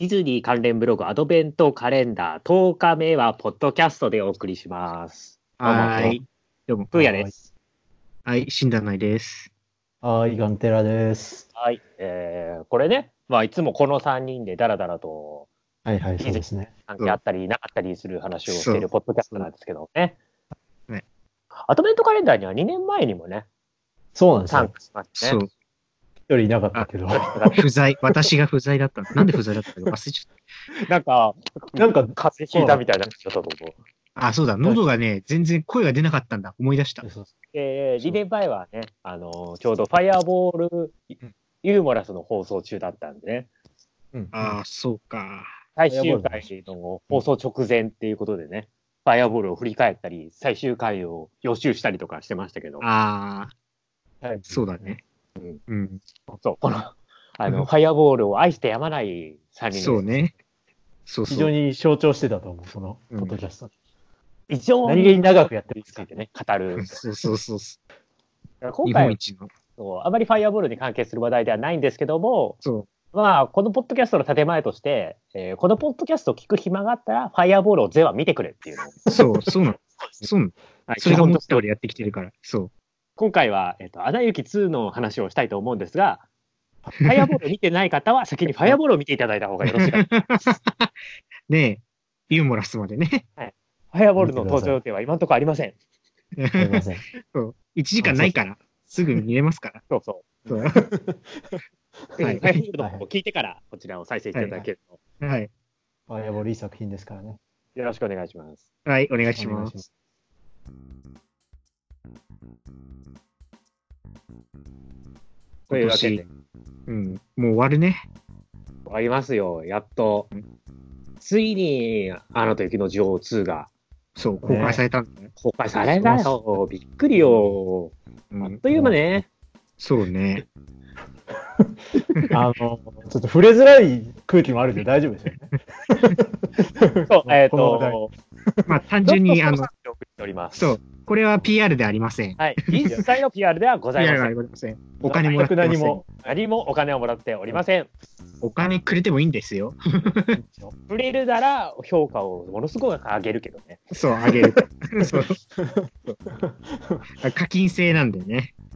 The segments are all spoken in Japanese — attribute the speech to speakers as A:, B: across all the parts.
A: ディズニー関連ブログアドベントカレンダー10日目はポッドキャストでお送りします。
B: はー
A: どうも。
B: い。どうも。
A: プーヤです。
B: はい、診断内です。
C: はい、ガンテラです。
A: はい。えー、これね、まあいつもこの3人でダラダラと
C: はいはい、そうですね。
A: 関係あったりなかったりする話をしてい
B: そ
A: る
B: う
A: ポッドキャストなんですけどね。
B: ね
A: アドベントカレンダーには2年前にもね、
C: そうなんです
A: 参
C: よ。
A: 加しました
B: そ
A: ね
B: う。。
C: 一人いなかったけど。
B: 不在。私が不在だった。なんで不在だったか忘れちゃっ
A: なんか、
C: なんか
A: 風邪ひいたみたいな感じだったと思う。
B: た。あ、そうだ。喉がね、全然声が出なかったんだ。思い出した。
A: えー、
C: そう
A: 2年前はね、あのーちょうどファイアボールユーモラスの放送中だったんでね、
C: うん
B: あー、そうか。
A: 最終回の放送直前っていうことでね、ファイアボールを振り返ったり、最終回を予習したりとかしてましたけど、
B: あ
C: はい
B: ー、そうだね。うん。
A: そう、この、あ
B: う
A: の、
B: ん
A: ファイアボールを愛してやまない3人です
B: そう。ね。そう
C: 非常
B: そう。
C: に象徴してたと思う、このポッドキャスト。
A: 一応、
C: 何気に長くやって
A: に
C: ま
A: つ
C: すか
A: い
C: ら
A: てね、語る。
B: そうそうそうそ
A: 今
B: う。日本
A: 回
B: 一の。
A: そう、あまりファイアボールに関係する話題ではないんですけども、
B: そ
A: まあ、このポッドキャストの建前として、えーこのポッドキャストを聞く暇があったら、ファイアボールを全話見てくれっていうのを。
B: う。そう、そうなの。そうなの。
A: はい
B: それが
A: 基本
B: 思
A: と
B: っ
A: して
B: た俺やってきてるから。そう。
A: 今回は、えっ、と、アナ雪2の話をしたいと思うんですが、ファイアボールを見てない方は、先にファイアボールを見ていただいた方がよろしいかな。
B: ねえ、ユーモラスまでね。
A: ファイアボールの登場予定は今のところありません。
C: すいま せん。
B: そう。1時間ないから、すぐ見れますから。
A: そうそ
B: そう。
A: う。
B: はい
A: ファイアボールの方を聞いてから、こちらを再生していただけると、
B: はい。
C: ファイアボールいい作品ですからね。
A: よろしくお願いします。
B: はい、お願
C: お
B: いします。
C: す。
A: というわけで
B: 今、うん。もう終わるね。
A: 終わりますよ、やっと
B: う。
A: ついに、アナと雪の女王2が
B: そう、公開されたんだね。
A: 公開されたよ。びっくりよ。
B: う
A: あっ
B: ん
A: という間ね。
B: そうね。
C: あの、ちょっと触れづらい空気もあるけど大丈夫ですよね。
A: そう、えっ、
C: この話題
A: と、
B: まあ、単純に、あ
A: お
B: の、
A: 送りしております。
B: そう、これは PR でありません。
A: はい。一切の PR ではござい
B: PR
A: ま
B: はあ
A: せ
B: り
A: ん。
B: ません。お金もらってません
C: 何も。
A: 何もお金をもらっておりません。
B: お金くれてもいいんですよ。
A: 触れるなら評価をものすごく上げるけどね。
B: そう、あげる。 そう課金制なんだよね。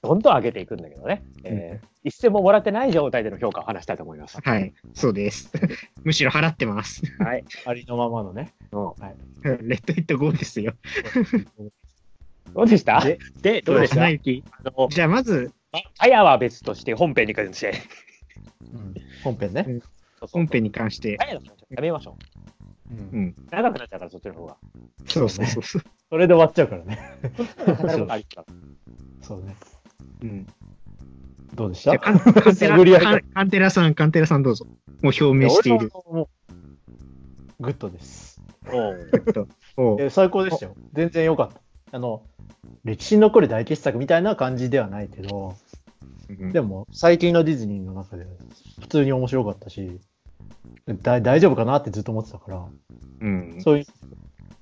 A: どんどん上げていくんだけどね。えー一銭ももらってない状態での評価を話したいと思います。
B: はい、そうです。 むしろ払ってます。
A: はい。
C: ありのままのね。
A: うん
B: レッドヒット5ですよ。
A: どうでした
C: で
A: で、どうでした
B: 花
A: あ
B: 雪
A: の、
B: じゃあ、まず、
A: あやは別として本編に関して。
C: うん本編ね。
B: 本編に関して。
A: あやの話はやめましょ
C: う
B: うんん。
A: う。長くなっちゃうから、そっちの方が。
B: そうそうそうそう。
C: それで終わっちゃうからね。
A: 語ることありそうだ
C: そうね。
B: うん。
C: どうでし
B: じゃあカ
C: た
B: ンカンテ
C: 探り合
B: ラ
C: い
B: カンカンテラさん、カンテラさんどうぞ。もう表明している。
A: 俺はも
C: グッドです。
A: ううん
B: えっとおう
C: え最高でしたよ。全然良かった。あの、歴史に残る大傑作みたいな感じではないけど、でも最近のディズニーの中で普通に面白かったし、だ大丈夫かなってずっと思ってたから、
B: うん
C: そういう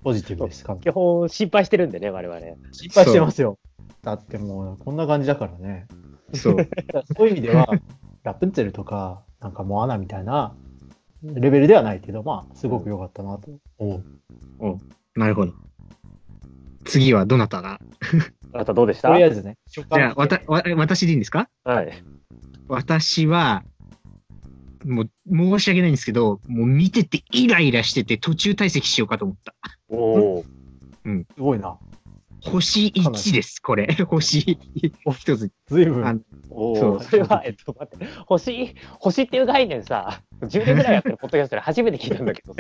C: ポジティブです。感
A: 基本心配してるんでね、我々。
C: 心配してますよ。だってもうこんな感じだからね。
B: そう。
C: そういう意味では、ラプンツェルとか、なんかモアナみたいなレベルではないけど、まあ、すごく良かったなと思う。
B: なるほど。次はどなたが
A: あなたどうでした
C: と
A: は
C: りあ
A: い。
C: えずね、初
B: じゃあ
C: 感、
B: わた、わ、私でいいんですか私は、もう、申し訳ないんですけど、もう見ててイライラしてて途中退席しようかと思った。
A: おおー。
C: すごいな。
B: 星
C: かなり
B: 1です、これ。 星一つ。
C: 随分
B: あの
A: おお。
B: そう
A: それは、えっと、待って、星、星っていう概念さ、10年ぐらいやってるポッドキャストで初めて聞いたんだけ ど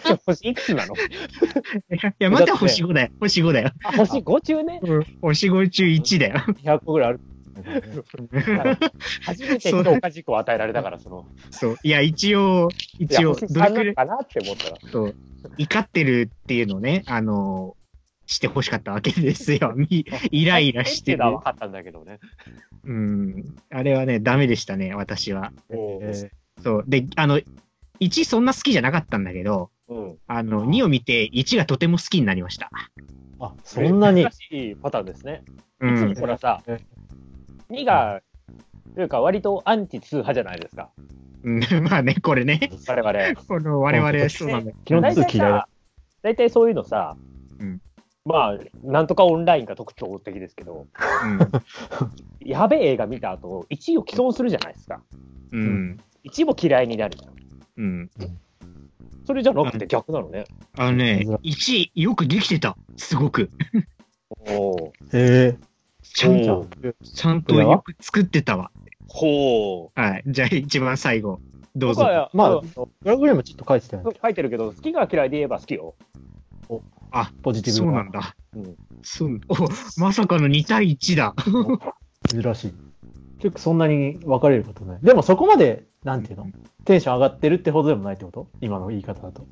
A: さ、星いくつなの
B: いや、また星5だよ。星5だよ。
A: あ星5中ね。
B: うん星5中1だよ。
C: 200個ぐらいある。
A: 初めて評価事項を与えられたから、その、
B: そう。いや、一応、
A: いや
B: 一応、
A: 星
B: どれ
A: 3な
B: くら
A: の
B: い
A: かなって思ったら、
B: そう怒ってるっていうのをね、あの、して欲しかったわけですよ。 みイライラして
A: る
B: る
A: の。は分かったんだけどね。
B: うん。あれはね、ダメでしたね、私は。
A: お
C: え
A: ー
C: ー
B: そう。で、あの、1そんな好きじゃなかったんだけど、
A: うん。
B: あの、2を見て1がとても好きになりました。
C: あ、そん なに
A: 珍。しいパターンですね。
B: う
A: いつも
B: ん。
A: ほらさ
C: え、
A: 2が、というか割とアンチ2派じゃないですか。
B: うん まあね、これね。
A: 我々。
B: この我々、そうなんだよ。
C: 基本2嫌いだ。
A: 大体そういうのさ、
B: うん
A: まあ、なんとかオンラインが特徴的ですけど、やべえ映画見た後、1位を既存するじゃないですか。
B: うん。うん。
A: 1位も嫌いになるじゃん。
B: うん。
A: それじゃなくて逆なのね。
B: あのね、1位、よくできてた。すごく。
A: おお。
C: へえ。
B: ちゃん
A: お
B: と、
A: う
B: ちゃんとよく作ってたわ。
A: ほう。
B: はい。じゃあ、一番最後、どう
A: 僕
B: ぞ。
A: は、
C: ま
A: ま
C: あ
A: あ、
C: ブラグレムちょっと書いてたよね。
A: 書いてるけど、好きが嫌いで言えば好きよ。
C: ポジティ
B: そ
C: ブ
B: う
C: が
B: なんだ
A: うん。
B: そうおまさかの2対1だ。
C: 珍しい。結構そんなに分かれることない。でもそこまで、なんていうのテンション上がってるってほどでもないってこと今の言い方だと。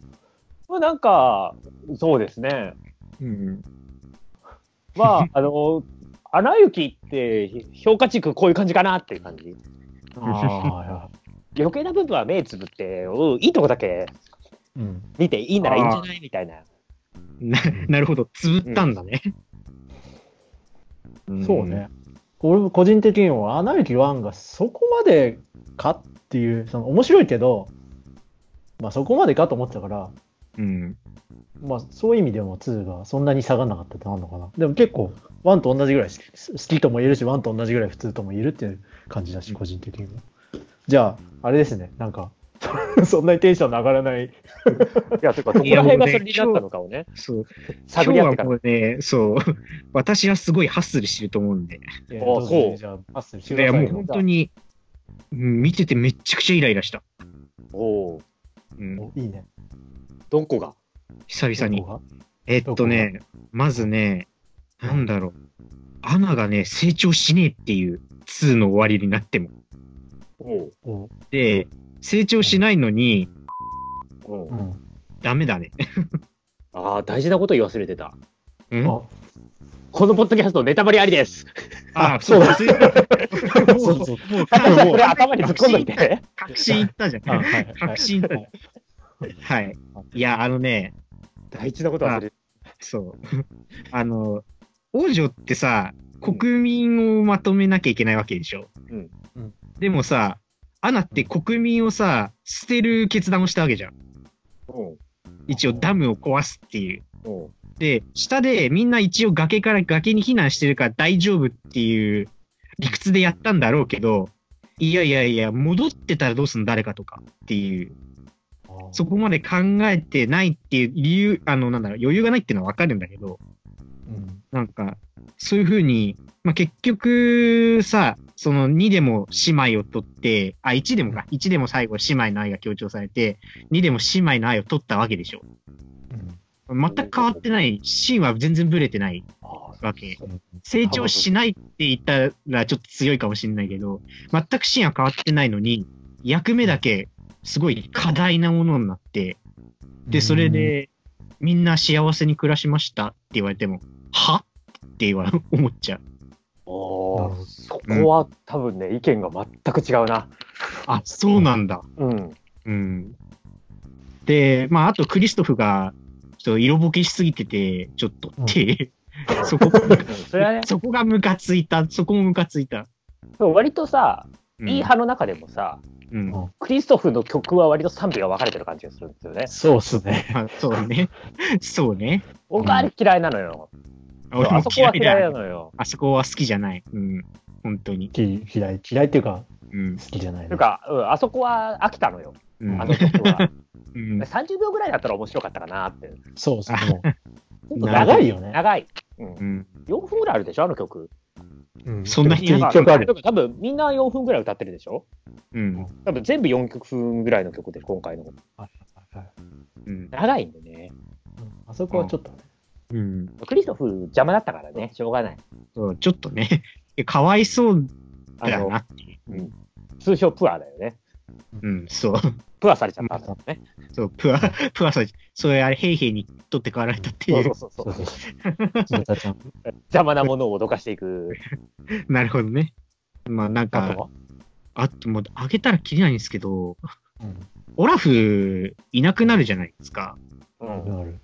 A: まあ、なんか、そうですね。
B: うん。
A: まあ、あの、アナ雪って評価地区こういう感じかなっていう感じ。
C: ああ、
A: 余計な部分は目つぶって、うんいいとこだけ
C: うん。
A: 見ていいならいいんじゃないみたいな。
B: ななるほど。つぶったんだね。
C: そうね。俺も個人的にも、アナ雪1がそこまでかっていう、その面白いけど、まあそこまでかと思ってたから、
B: うん。
C: まあそういう意味でも2がそんなに下がんなかったってなんのかな。でも結構、1と同じぐらい好き好きとも言えるし、1と同じぐらい普通とも言えるっていう感じだし、個人的にも。じゃあ、あれですね、なんか、 そんなにテンション上がらない。
A: いや、というか、どこら辺がそれになったのかをね、
B: そう。今
A: 探
B: 日
A: り合って
B: は
A: から。
B: もうね、そう。私はすごいハッスルしてると思うんで。
C: あ
A: あそう
C: じゃあ、パスして
B: い
C: くだ
B: や、
C: さ
B: も
C: いうよ
B: 本当に、うん見ててめっちゃくちゃイライラした。
A: おお、
B: うん。
C: おいいね。
A: どんこが。
B: 久々に
C: ど。こ
B: えっとね、まずね、なんだろう。アナがね、成長しねえっていう、2の終わりになっても。
A: お
C: がお
B: で、成長しないのに、
A: お、う、
C: うんん。
B: ダメだね。
A: ああ、大事なこと言い忘れてた。
B: うん
C: あ
A: このポッドキャスト、ネタバレありです。
B: あ、そうだ。も
C: そう
B: う、
C: そう。
A: こ
B: 多分もう
A: れ、頭に突っ込んどいて。
B: 確信いったじゃん。
C: あはいはい
B: 確信
C: は
B: はい。いや、あのね、
A: 大事なこと忘れて
B: そう。あの、王女ってさ、国民をまとめなきゃいけないわけでしょ。
A: うん
C: うん
B: でもさ、アナって国民をさ、捨てる決断をしたわけじゃん。
A: た。お
B: 一応ダムを壊すっていう。
A: お、
B: で、下でみんな一応崖から崖に避難してるから大丈夫っていう理屈でやったんだろうけど、いやいやいや、戻ってたらどうすんの誰かとかっていう、そこまで考えてないっていう理由、あの、なんだろう、余裕がないっていうのはわかるんだけど、
C: うん
B: なんか、そういうふうに、まあ、結局さ、その2でも姉妹を取って、あ、1でもか、1でも最後姉妹の愛が強調されて、2でも姉妹の愛を取ったわけでしょ。
C: うん
B: 全く変わってない、シーンは全然ブレてない
C: ああ
B: わけ。
C: そう
B: 成長しないって言ったらちょっと強いかもしれないけど、全くシーンは変わってないのに、役目だけすごい過大なものになって、で、それ、で、みんな幸せに暮らしましたって言われても、はって言わ思っちゃう。
A: お
C: なる
A: お
C: ほ、ど
A: そこは多分ね、意見が全く違うな。
B: あ、そうなんだ。
A: うん。
B: うん。で、まあ、あとクリストフが、ちょっと色ぼけしすぎてて、ちょっとっていう、そこ、
A: それはね、
B: そこがムカついた。そこもムカついた。
A: そう割とさ、
B: うん
A: いい派の中でもさ、
B: うん。ま
A: クリストフの曲は割と賛否が分かれてる感じがするんですよね。
C: そうっすね。
B: あそうね。 そうね。
A: 僕はあれ嫌いなのよ。そう
B: 俺
A: あ
B: も
A: そこ
B: 嫌
A: はい嫌いな
B: だ。
A: のよ。
B: あそこは好きじゃない。うん。本当に。
C: き嫌い、嫌いっていうか、
B: うん
C: 好。きじゃない
A: とい
C: ね
A: う。か、うん、あそこは飽きたのよ、
B: うん
A: あの曲は。
B: うん
A: 30秒ぐらいだったら面白かったかなって。
C: そうそう。もうちょっと
B: なるほど
C: 長いよね。
A: 長い。
B: うん。
A: 4分ぐらいあるでしょ、あの曲。
C: うん
B: そんなに
C: 一曲ある。
A: 多分みんな4分ぐらい歌ってるでしょ
B: うん。
A: 多分全部4分ぐらいの曲で、今回の。
B: うん。
A: 長いんでね。
C: あそこはちょっとね。
B: うん。
A: クリストフ邪魔だったからね、しょうがない。
B: そうちょっとね。かわいそう
A: あ
B: だ
A: の、
B: なっていう。うん
A: 通称プアだよね。
B: うん。そう。
A: プアされちゃったんだよね。
B: そう、プア、プアさん、それあれ、ヘイヘイに取って代わられたって
A: そ
B: いうう。
A: そうそ
C: そうう
A: そう。
C: そうそう。ちょっとちゃん
A: 邪魔なものを脅かしていく。
B: なるほどね。まあな
A: あ
B: ん
A: と
B: か、
A: は
B: あともう、あげたらきりないんですけど、
C: うん
B: オラフ、いなくなるじゃないですか。
A: うん。
C: なる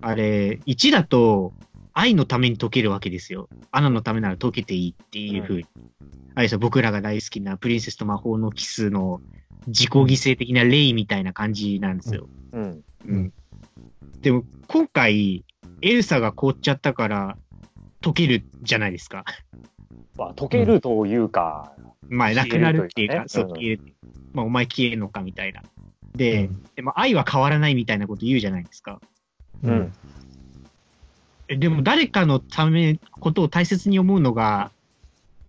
B: あれ、1だと、愛のために溶けるわけですよ。アナのためなら溶けていいっていうふうに。あれさ、僕らが大好きなプリンセスと魔法のキスの自己犠牲的な例みたいな感じなんですよ。
A: うん。
B: うん。でも、今回、エルサが凍っちゃったから、溶けるじゃないですか。
A: まあ、溶けるというか、
B: まあ、なくなるっていうか、そ
A: 消
B: う、
A: え
B: 消える。まあ、お前消えるのかみたいな。で、でも愛は変わらないみたいなこと言うじゃないですか。
A: うん
B: えでも誰かのため、ことを大切に思うのが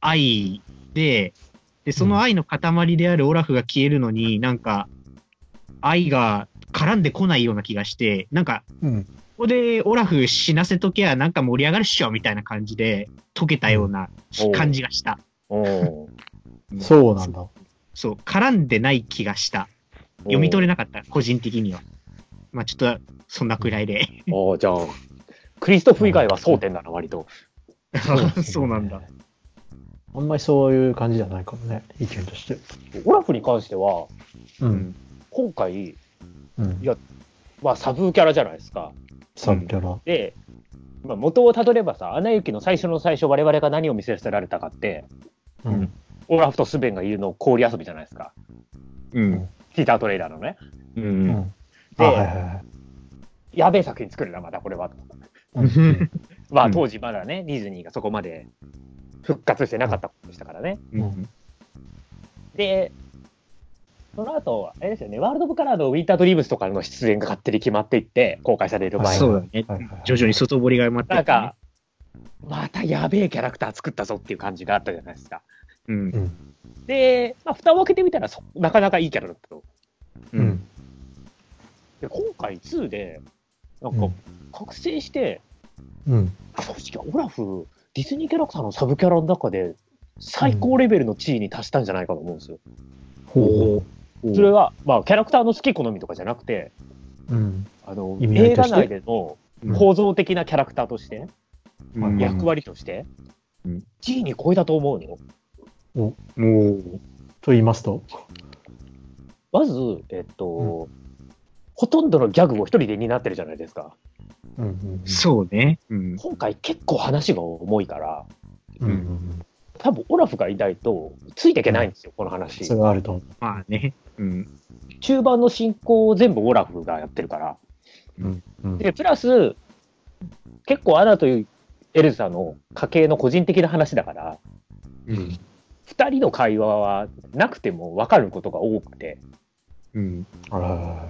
B: 愛で、で、その愛の塊であるオラフが消えるのに、なんか、愛が絡んでこないような気がして、なんか、
C: うん。
B: ここでオラフ死なせとけやなんか盛り上がるっしょみたいな感じで溶けたような
A: うん
B: 感じがした。
A: おー
C: そうなんだ。
B: そう、絡んでない気がした。読み取れなかった、個人的には。まあちょっと、そんなくらいで。
A: おーじゃあ、クリストフ以外は争点だな、割と。
B: そうなんだ。。
C: あんまりそういう感じじゃないかもね、意見として。
A: オラフに関しては、
C: う。。
B: うん
A: 今回、
C: うん。
A: まあ、サブキャラじゃないですか。
C: サブキャラ。
A: で、まあ、元をたどればさ、アナ雪の最初の最初、我々が何を見せられたかって、
C: う
B: うん
C: ん。
A: オラフとスベンがいるの氷遊びじゃないですか。
B: うん。
A: ティータートレーラーのね。
B: う。
C: うんん。あ、
A: で、
C: はいはいはい。
A: やべえ作品作るな、またこれは。
B: うん。
A: まあ、
B: うん
A: 当時まだね、ディズニーがそこまで復活してなかったことでしたからね。
B: うん。
A: で、その後、あれですよね、ワールド・オブ・カラーのウィンター・ドリームスとかの出演が勝手に決まっていって、公開される
C: は
A: 前に。
C: い
B: そうだね
C: はいはいはい。
B: 徐々に外堀が埋まって
A: な
B: っ
A: ん
B: たね
A: か、またやべえキャラクター作ったぞっていう感じがあったじゃないですか。
B: うん
C: う。ん。
A: で、まあ、蓋を開けてみたらそ、なかなかいいキャラだったと。
B: う。
C: うんん。
A: で、今回2で、なん
C: う
A: か
C: ん、
A: 覚醒して、
C: うん。
A: あ正直、オラフ、ディズニーキャラクターのサブキャラの中で、最高レベルの地位に達したんじゃないかと思うんですよ。
C: ほ
A: それは、まあ、キャラクターの好き好みとかじゃなくて、
C: う。うん。
A: あの、
C: 意味合
A: 映
C: いと
A: 画
C: して
A: 内での構造的なキャラクターとして、
B: うん
A: 役割として
B: うん、
A: 地位に超えたと思うの。
B: も
C: と言いますと
A: まず、えっと、ほとんどのギャグを一人で担ってるじゃないですか。
C: うんうん
B: う、そうね。うん。
A: 今回結構話が重いから、
C: うんうん。
A: 多分オラフがいないとついていけないんですよ、この話。
C: それはあると思
B: まあね。うん。
A: 中盤の進行を全部オラフがやってるから。
C: う。うん。
A: で、プラス、結構アナというエルサの家系の個人的な話だから、
B: うん。
A: 2人の会話はなくても分かることが多くて、
B: うん。
C: あらら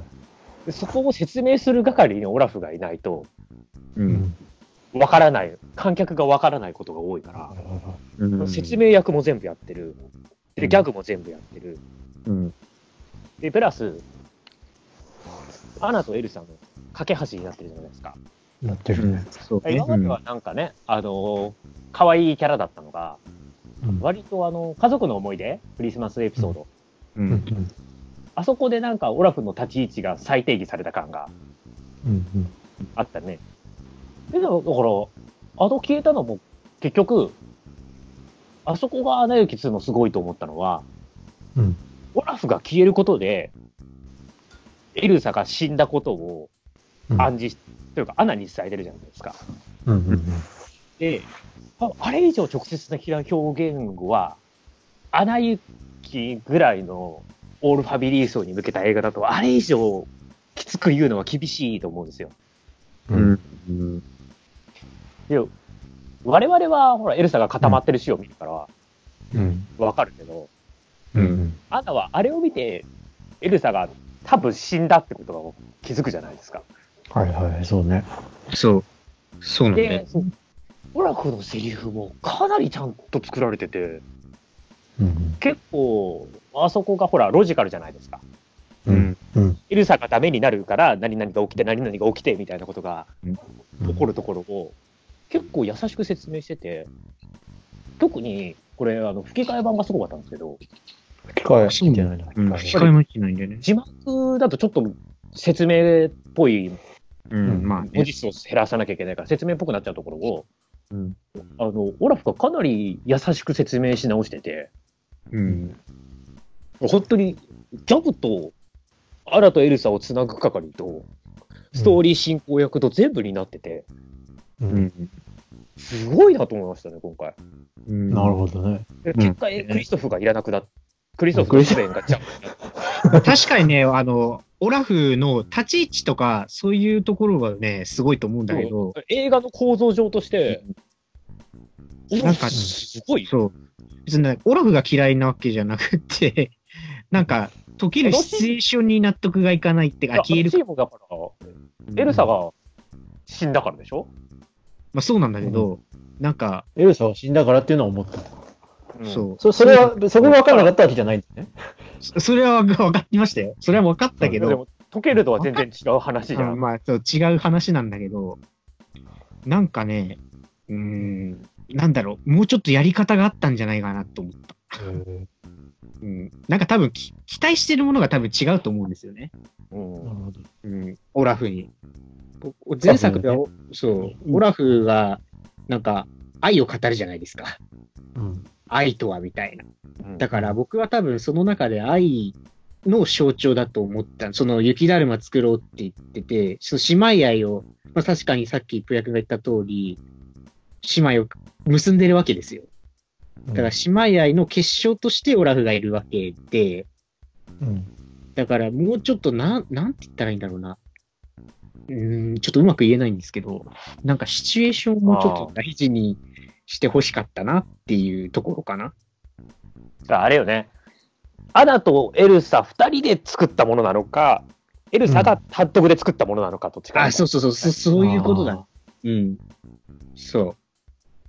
A: でそこを説明する係のオラフがいないと、
B: う。
C: うんん。
A: 分からない、観客が分からないことが多い
C: あ
A: か
C: らら
A: ら、説明役も全部やってる。
B: う
A: で、
B: ん
A: ギャグも全部やってる。
B: うん。
A: で、プラス、アナとエルサの架け橋になってるじゃないですか。
C: なってるね。
B: そうね。
A: 今まではなんかね、あのー可愛いキャラだったのが、
C: うん。
A: 割とあの、家族の思い出、クリスマスエピソード。
B: う。
C: うんうんん
A: あそこでなんかオラフの立ち位置が再定義された感が
C: うん
A: あったね。で、だから、あの消えたのも結局、あそこがアナ雪2のすごいと思ったのは、
C: うん
A: オラフが消えることで、エルサが死んだことを
C: うん
A: 暗示し、というかアナに伝えてるじゃないですか。
C: うんうんうん
A: で、ああれ以上直接的な表現は、アナ雪ぐらいのオールファミリー層に向けた映画だと、あれ以上きつく言うのは厳しいと思うんですよ。
B: うん。うん。
A: で、我々はほら、エルサが固まってるシーンを見るから、
C: うん
A: わかるけど、
C: うん
A: あなたはあれを見て、エルサが多分死んだってことが気づくじゃないですか。
C: はいはい、そうね。
B: そう。そうなんだ
A: で
B: よ。、
A: オラフのセリフもかなりちゃんと作られてて、
C: うん
A: 結構、あそこがほら、ロジカルじゃないですか。
C: う
B: うんん。
C: うん
A: エルサがダメになるから、何々が起きて、何々が起きて、みたいなことが
C: うん。
A: 起こるところを、結構優しく説明してて、特に、これ、あの、吹き替え版がすごかったんですけど、
C: 機械見てないな。
B: うん。
C: 機
B: 吹き
C: 械
B: 替えもいけないんだよね。
A: 字幕だとちょっと説明っぽい
B: うん。まあ
A: 文
B: ね。
A: 字数を減らさなきゃいけないから、説明っぽくなっちゃうところを、
B: うん。
A: あの、オラフがかなり優しく説明し直してて、
B: うん。
A: 本当に、ジャブとアラとエルサをつなぐ係と、ストーリー進行役と全部になってて、
B: う
C: う
B: んん。
A: すごいなと思いましたね、今回。
B: うん
C: なるほどね。
A: で
B: うん
A: 結果、クリストフがいらなくなっクリストフ
C: ク
A: と
C: リス
A: スベンがジャブになった。
B: 確かにね、あの、オラフの立ち位置とか、そういうところはね、すごいと思うんだけど、
A: 映画の構造上として、
B: なんか
A: おすごい。
B: そう。別にね、オラフが嫌いなわけじゃなくて、 なんか、解けるシチュエーションに納得がいかないっていうか、消える
A: チームだから、エルサが死んだからでしょ、
B: まあそうなんだけど、なんか、
C: エルサは死んだからっていうのは思った。
B: そう。
C: そそれは、そこが分からなかったわけじゃないんだね。
B: そそれは分かりましたよ。それは分かったけ
A: で
B: ど、
A: も、解けるとは全然違う話じゃ
B: あ
A: ん。
B: まあそう違う話なんだけど、なんかね、うーん、なんだろう、もうちょっとやり方があったんじゃないかなと思った。うん、なんか多分き期待してるものが多分違うと思うんですよね。
A: うん
C: なるほど
B: うん、オラフに。お前作では、おそう、オラフが、なんか、愛を語るじゃないですか。
C: うん
B: 愛とはみたいな。
A: うん
B: だから僕は多分その中で愛の象徴だと思った。その雪だるま作ろうって言ってて、その姉妹愛を、まあ確かにさっきプヤ君が言った通り、姉妹を結んでるわけですよ。
C: うん
B: だから姉妹愛の結晶としてオラフがいるわけで、
C: うん
B: だからもうちょっとなん、なんて言ったらいいんだろうな。うーん、ちょっとうまく言えないんですけど、なんかシチュエーションをもうちょっと大事にしてほしかったなっていうところかな。
A: だからあれよね。アナとエルサ二人で作ったものなのか、エルサが単独で作ったものなのかと違う。
B: あ、そうそうそう、そそういうことだ
C: あ。
B: うん。そ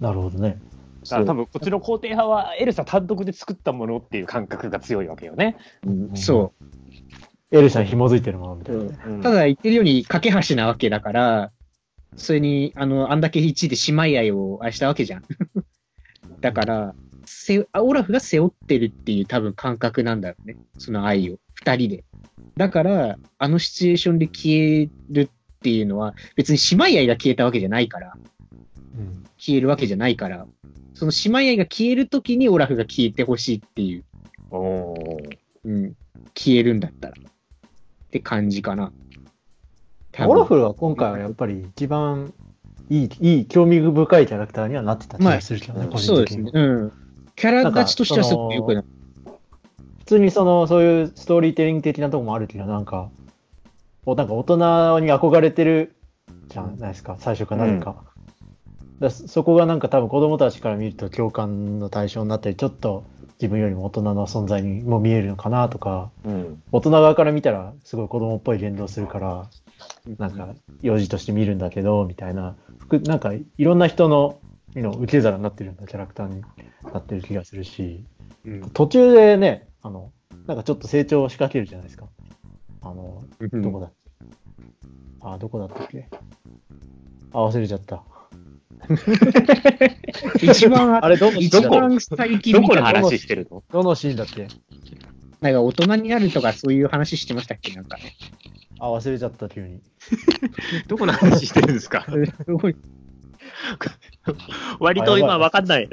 C: なるほどね。
B: う。
A: だから多分、こっちの肯定派はエルサ単独で作ったものっていう感覚が強いわけよね。
B: そ
C: エルサに紐づいてるものみた
B: う。
C: いな。
A: うん
B: ただ言ってるように、架け橋なわけだから、それに、あの、あんだけ1位で姉妹愛を愛したわけ じゃん。だから、せあオラフが背負ってるっていう多分感覚なんだろうね。その愛を。二人で。だから、あのシチュエーションで消えるっていうのは、別に姉妹愛が消えたわけじゃないから。
C: うん
B: 消えるわけじゃないから、その姉妹愛が消えるときにオラフが消えてほしいっていう、
A: おー
B: うん、消えるんだったら。って感じかな。多分
C: オラフは今回はやっぱり一番いい、いい、興味深いキャラクターにはなってた気がするけどね、
A: まあ
C: 個人
B: そうで
C: 的
B: す
C: に
B: ね。うん。キャラ立ちとしてはすごく良くなる。
C: 普通にその、そういうストーリーテリング的なとこもあるけど、なんか、おなんか大人に憧れてるじゃないですか、最初から何か。だそそこがなんか多分子供たちから見ると共感の対象になったり、ちょっと自分よりも大人の存在にも見えるのかなとか、
A: うん。
C: 大人側から見たらすごい子供っぽい言動するから、なんか幼児として見るんだけど、みたいな、ふくなんかいろんな人のいの受け皿になってるようなキャラクターになってる気がするし、
B: うん、
C: 途中でね、あの、なんかちょっと成長を仕掛けるじゃないですか。あの、どこだっけ、あ、どこだったっけあ、忘れちゃった。
B: 一番、
C: あれど、
B: 一
C: どこ
B: 番最近
A: ど
B: 見
A: こ
B: た
A: の話してるの
C: どのシーンだっけ
B: なんか大人になるとかそういう話してましたっけなんかね。
C: あ、忘れちゃった、急に。
D: どこの話してるんです か割と今わかんない。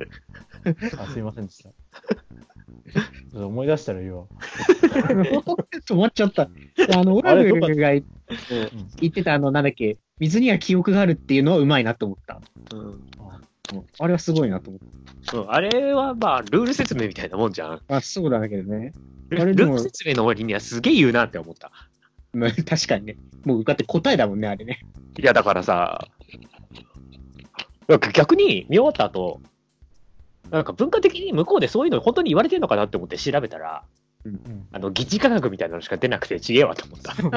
C: あ、すいません でした。ちょっと思い出したらいいわ。
B: 止まっちゃった。あの、オラ
C: あれ
B: フ
C: どこ
B: が
C: だ
B: 言ってたあの、なんだっけ、水には記憶があるっていうのはうまいなと思った。
D: うん
B: あれはすごいなと思っ
D: うんあれはまあ、ルール説明みたいなもんじゃん。
B: た。あ、そうだけどね。
D: ル
B: あれで
D: ー
B: も
D: ル説明の終わりにはすげえ言うなって思った。
B: まあ確かにね。もう、だって答えだもんね、あれね。
D: いや、だからさ、
A: なんか逆に見終わった後、なんか文化的に向こうでそういうの本当に言われてるのかなって思って調べたら、
C: うん
A: あの、疑似科学みたいなのしか出なくてちげえわと思った。
C: そう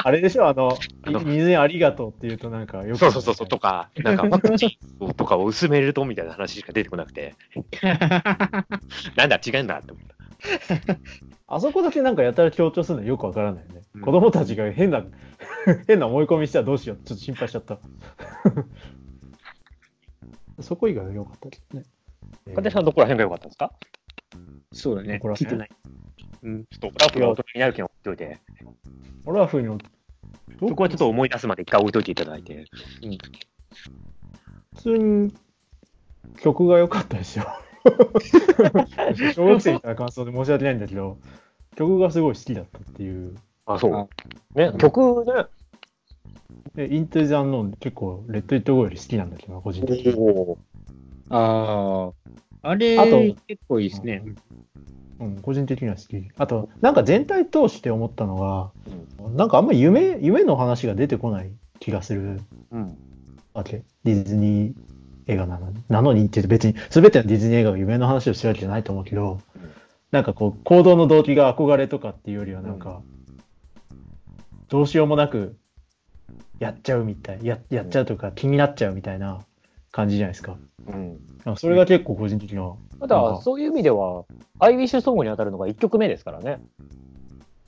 C: あれでしょあの、
A: あの
C: い水にありがとうって言うとなんかよく。
A: そうそうそうそう、とか、なんかワクチンとかを薄めるとみたいな話しか出てこなくて、なんだ違うんだって思った。
C: あそこだけなんかやたら強調するのよくわからないよね。
D: うん
C: 子供たちが変な、 変な思い込みしたらどうしようちょっと心配しちゃった。 そこ以外は良かったけどね。
A: カテさんどこら辺が良かったんですか
B: そうだね。
C: ここら
B: 聞
C: 辺
B: いてない。
A: うん、ちょっとラフが大人になる件置いといて、
C: オラフにも、
A: そこはちょっと思い出すまで一回置いといていただいて。
C: 普通に曲が良かった ですよ。小学生みたいな感想で申し訳ないんだけど、曲がすごい好きだったっていう。
A: あ、そ
B: あ
A: う。ね、曲ね、
C: で、イントゥザンノーン結構、レッド・イット・ゴーより好きなんだけどな、個人的に。
A: おー
B: ああ。あれ、
C: あと
B: 結構いいですね。
C: うん、個人的には好き。あと、なんか全体通して思ったのが、なんかあんま夢、夢の話が出てこない気がする
A: うん。
C: わけ。ディズニー映画なのに。なのにって言うと別に、すべてのディズニー映画が夢の話をしてるわけじゃないと思うけど
A: うん、
C: なんかこう、行動の動機が憧れとかっていうよりはなんか、どうしようもなく、やっちゃうみたい。や、やっちゃうというか気になっちゃうみたいな感じじゃないですか。
A: うん。
C: なんかそれが結構個人的な。
A: た
C: なん
A: だ
C: か、
A: そういう意味では、アイウィッシュソングに当たるのが1曲目ですからね。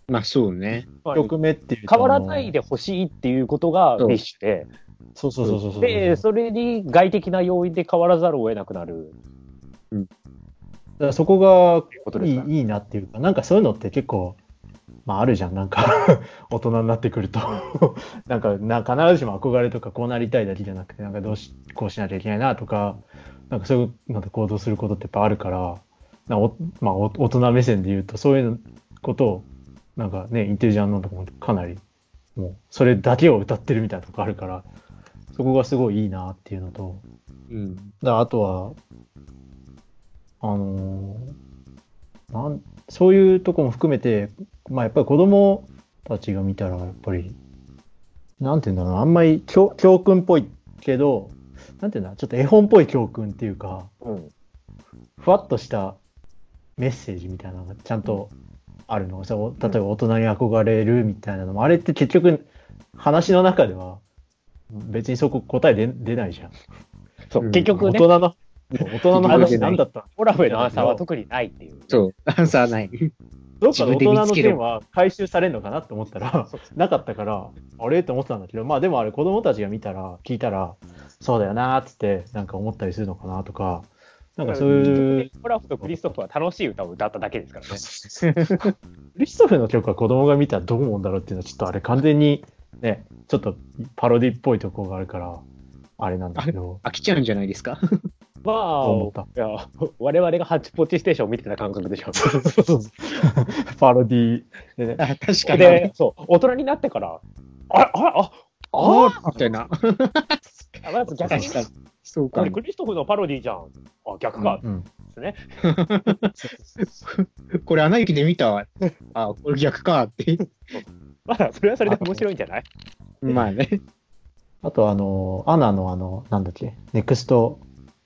B: まあそうね。
C: 曲目っていうと
A: 変わらないでほしいっていうことがウィッシュで、
C: そうそうそうそうそう。
A: で、それに外的な要因で変わらざるを得なくなる
C: だからそこが
A: ことで
C: い
A: す
C: い
A: か
C: いいなっていうか、なんかそういうのって結構、まああるじゃん、なんか、 大人になってくると なんか、なんか必ずしも憧れとかこうなりたいだけじゃなくて、なんかどうし、こうしなきゃいけないなとか、なんかそういうので行動することってやっぱあるから、なんかおまあお大人目線で言うと、そういうことを、なんかね、インテリジャンなんとかもかなり、もうそれだけを歌ってるみたいなとこあるから、そこがすごいいいなっていうのと、
D: うん。
C: だからあとは、あのーなん、そういうとこも含めて、まあやっぱり子供たちが見たら、やっぱり、なんていうんだろうな、あんまり教教訓っぽいけど、なんていうんだ、ちょっと絵本っぽい教訓っていうか、
A: うん。
C: ふわっとしたメッセージみたいなのがちゃんとあるのがさ、お例えば大人に憧れるみたいなのも、あれって結局、話の中では、別にそこ答え出出ないじゃん。
A: そう、
B: うん
A: 結局
C: 大
A: ね、
C: 人の、大人の話何だった
A: オラフへのアンサーは特にないっていう。
B: そう。アンサーない。
C: どっかの大人の件は回収されるのかなと思ったら、 なかったから、あれと思ってたんだけど、まあでもあれ子供たちが見たら、聞いたら、そうだよなーっつって、なんか思ったりするのかなとか、なんかそういう、
A: オラフとクリストフは楽しい歌を歌っただけですからね。
C: クリストフの曲は子供が見たらどう思うんだろうっていうのは、ちょっとあれ完全にね、ちょっとパロディっぽいところがあるから、あれなんだけど、
B: 飽きちゃうんじゃないですか
A: まあ
C: そう思った、
A: いや我々がハッチポッチステーションを見てた感覚でしょ。
C: そうそうそう パロディでね、
B: 確かに。
A: で、そう、大人になってから、あれ、あれ、あ
B: ああみたい
A: あ
B: な。
A: まず逆に
B: 確かに。そう
A: こ
B: か
A: れ。クリストフのパロディじゃん。あ、逆か。
C: うん、
A: ですね。
B: これ、アナ 雪で見たわ。あ、これ逆かって。
A: まあ、それはそれで面白いんじゃない
B: まあね。
C: あとあの、アナのあの、なんだっけ、ネクスト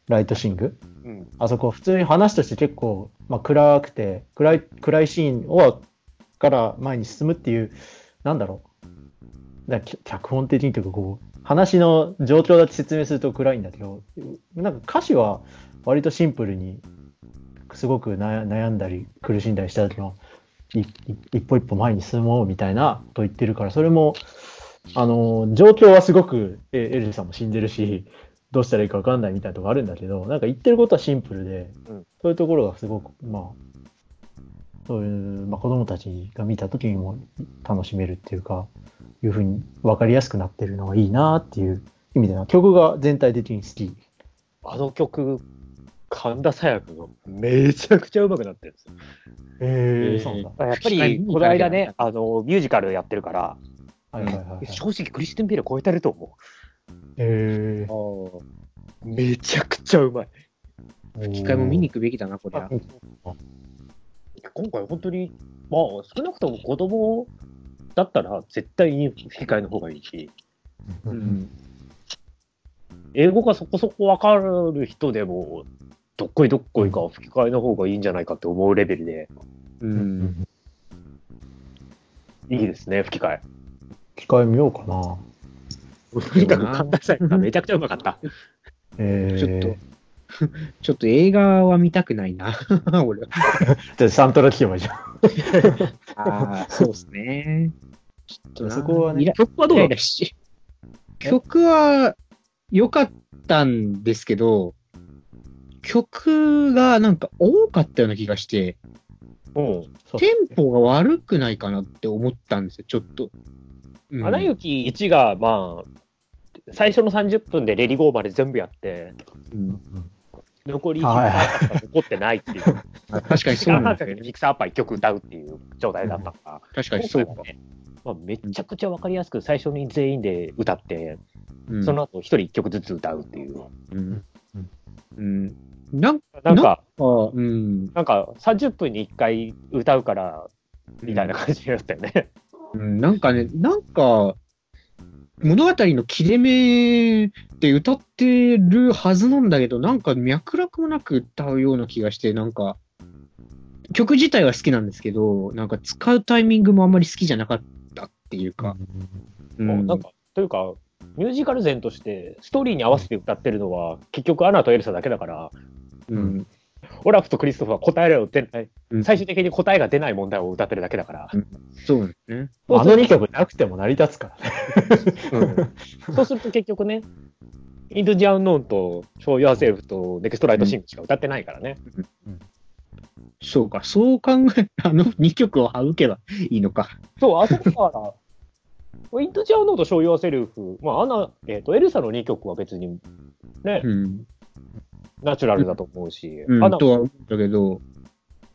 C: ライトシング
A: うん。
C: あそこ普通に話として結構、まあ、暗くて暗い暗いシーンをから前に進むっていうなんだろうだき脚本的にというかこう話の状況だけ説明すると暗いんだけどなんか歌詞は割とシンプルにすごく悩悩んだり苦しんだりした時のいい一歩一歩前に進もうみたいなと言ってるからそれもあの状況はすごくえエルさんも死んでるしどうしたらいいか分かんないみたいなとこあるんだけどなんか言ってることはシンプルで、
A: うん
C: そういうところがすごくまあそういう、まあ、子供たちが見た時にも楽しめるっていうかいうふうに分かりやすくなってるのがいいなっていう意味では曲が全体的に好き。
A: あの曲、神田沙也加がめちゃくちゃ上手くなってるんですよ。
C: え
B: ー
C: そうなんだ。
A: やっぱり、この間ね、あの、ミュージカルやってるから、
C: はいはいはいはい。
A: 正直クリスティン・ベール超えてると思
C: え
A: う。めちゃくちゃうまい。
C: ー、
B: 機会も見に行くべきだな、これは。
A: 今回本当に、まあ、少なくとも子供だったら絶対に吹き替えの方がいいし、
C: う。
B: うんん
A: 英語がそこそこわかる人でも、どっこいどっこいか吹き替えの方がいいんじゃないかって思うレベルで、
B: う。
C: うんん。
A: いいですね、吹き替え。
C: 機会見ようかな。
A: とにかく神田沙也加めちゃくちゃうまかった。
C: え
B: ちょっ
C: ー、
B: と、ちょっと映画は見たくない な、俺は。
C: じゃあサントラ聞けばいいじゃん。
B: ああ、そうですね。ちょっとな
C: そこはね
B: イラ
A: 曲は
B: イ
A: どう
B: ラ
A: だ
B: イ
A: った
B: ラし曲は良かったんですけど、曲がなんか多かったような気がして、
A: うん。
B: テンポが悪くないかなって思ったんですよ、ちょっと。うん
A: アナ雪1が、まあ、最初の30分でレリゴーまで全部やって、
B: うん
A: 残り1
C: はい
A: 時間残ってないっていう。
B: 確かにそうなんです
A: 時間半かけて
B: よ ね。
A: ミキサーアッパー1曲歌うっていう状態だったから。
B: 確かにそうか
A: 今。回はねまあ、めちゃくちゃわかりやすく最初に全員で歌って、
B: うん
A: その後一人一曲ずつ歌うっていう。
B: うん。うん。なん
A: なんか、
B: か、うん。
A: なんか30分に1回歌うから、みたいな感じだったよね。
B: うん、なんかね、なんか、物語の切れ目って歌ってるはずなんだけど、なんか脈絡もなく歌うような気がして、なんか、曲自体は好きなんですけど、なんか使うタイミングもあんまり好きじゃなかったっていうか。うん
A: なんか、というか、ミュージカル前として、ストーリーに合わせて歌ってるのは、結局アナとエルサだけだから、
B: うん
A: オラフとクリストフは答えられてない、
B: うん
A: 最終的に答えが出ない問題を歌ってるだけだから、
B: そうなんですね。
C: あの2曲なくても成り立つからね。
A: そうすると結局ね、インド・ジアンノーンと、ショー・ヨアセルフと、ネクスト・ライト・シングしか歌ってないからね。
B: そうか、そう考え、あの2曲を省けばいいのか。
A: そう、あそこから、インド・ジアンノーンと、ショー・ヨアセルフ、まあ、アナ、えっ、と、エルサの2曲は別に、ね、
B: うん。
A: ナチュラルだと思うし、
B: うん
A: アナ、
B: とは思ったけど、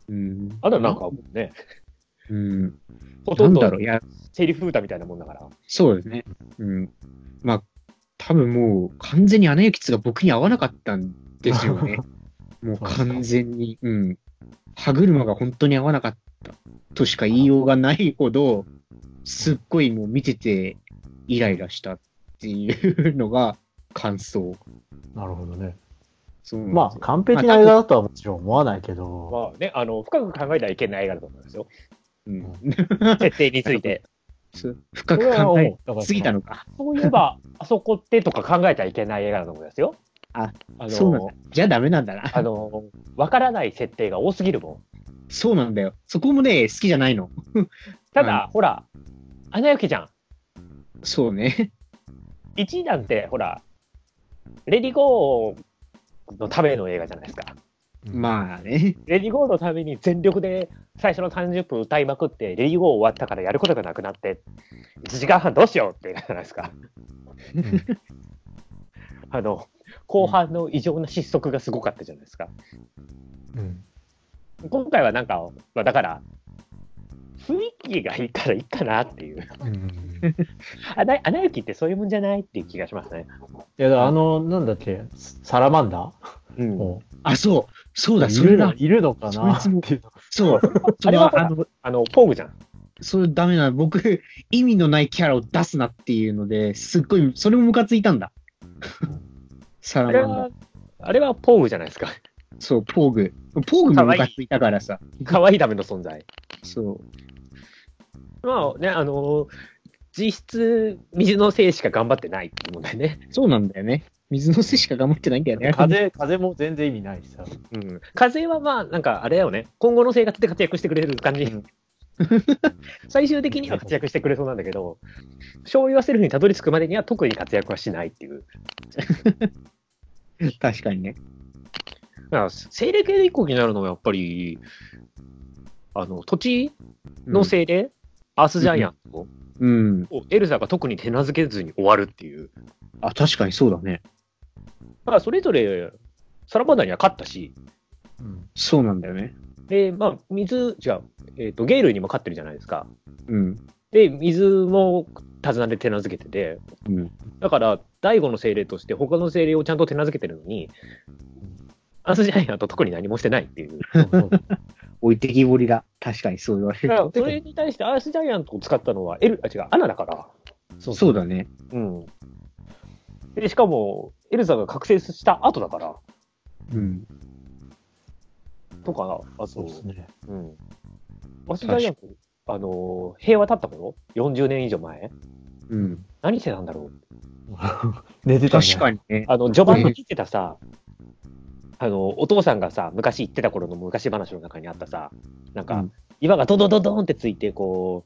B: うん。
A: アナなんかはもうね、
B: うん。
A: ほと
B: なんん
A: ど
B: だろう、いや、
A: セリフ歌みたいなもんだから。
B: そうですね。うん。まあ、多分もう完全にアナ雪ツが僕に合わなかったんですよ ね。もう完全に。うん。歯車が本当に合わなかったとしか言いようがないほど、すっごいもう見ててイライラしたっていうのが感想。
C: なるほどね。
B: そうなん
C: ま
B: です
C: あ、
B: よ
C: 完璧な映画だとはもちろん思わないけど、
A: まあね、あの、深く考えたらいけない映画だと思うんですよ。
B: うん、
A: 設定について。
B: そう 深く考えすぎたのか。
A: そういえば、あそこってとか考えたらいけない映画だと思いますよ。
B: あ、
A: あの、
B: そうなんだ。じゃあダメなんだな。
A: あの、わからない設定が多すぎるもん。
B: そうなんだよ。そこもね、好きじゃないの。
A: ただ、ほら、アナ雪じゃん。
B: そうね。
A: 1位なんて、ほら、レディゴーのための映画じゃないですか。
B: まあね。
A: レディゴーのために全力で最初の30分歌いまくって、レディゴー終わったからやることがなくなって、1時間半どうしようって映画じゃないですか。あの、後半の異常な失速がすごかったじゃないですか。
C: うん
A: 今回はなんか、まあ、だから、雰囲気がいいからいいかなっていう。
C: うん
A: あな穴行きってそういうもんじゃないっていう気がしますね。
C: いや、あの、なんだっけ、サラマンダ
A: うん
C: ーも
B: あ、そう。そう
C: う
B: だ、
C: い
B: それ
C: るの
B: だ。
C: いるのかな
B: そいつも
C: っていう
B: そう。そ
A: あれ
B: れ
A: はほ
B: は、
A: ら
B: あの、
A: あの、ポーグじゃん。
B: それダメなの。僕、意味のないキャラを出すなっていうので、すっごい、それもムカついたんだ。サ
A: あれ
B: ラマンダ
A: は
B: ー。、
A: あれはポーグじゃないですか。
B: そう、ポーグ。ポーグもムカついたからさ。
A: 可愛いための存在。
B: そう。
A: まあね、あの実質、水のせいしか頑張ってないって問題ね。
B: そうなんだよね。水のせしか頑張ってないんだよね。
C: 風、風も全然意味ないしさ。
A: うん。風はまあ、なんかあれだよね。今後の生活で活躍してくれる感じ。
B: うん
A: 最終的には活躍してくれそうなんだけど、醤油はセルフにたどり着くまでには特に活躍はしないっていう。
B: 確かにね。
A: だから精霊系で一個気になるのはやっぱり、あの、土地の精霊、アースジャイアント
B: うん。
A: をエルサが特に手なずけずに終わるっていう。
B: あ、確かにそうだね。
A: まあ、それぞれ、サラマンダーには勝ったし、
C: うん
B: そうなんだよね。
A: で、まあ、水、違う、えっ、と、ゲイルにも勝ってるじゃないですか。
B: うん。
A: で、水も手綱で手なずけてて、
B: うん。
A: だから、第五の精霊として他の精霊をちゃんと手なずけてるのに、アースジャイアント特に何もしてないっていう。
C: そうそう
B: 置いてきぼりだ。確かにそう言われ
A: だ
B: る。
A: からそれに対してアースジャイアントを使ったのはエル、あ、違う、アナだから。
C: そう
B: そうだね。
A: うん。で、しかも、エルザが覚醒した後だから、
B: うん。
A: とか、あ
C: そ
A: と
C: う、ですね。
A: うん。ワシダイアントあのー、平和経った頃 ?40 年以上前
B: うん。
A: 何してたんだろう
C: 寝てたね。
B: 確かにね。
A: あの、序盤に聞いてたさ、あの、お父さんがさ、昔言ってた頃の昔話の中にあったさ、なん
B: う
A: か
B: ん、
A: 岩がドドドドーンってついて、こ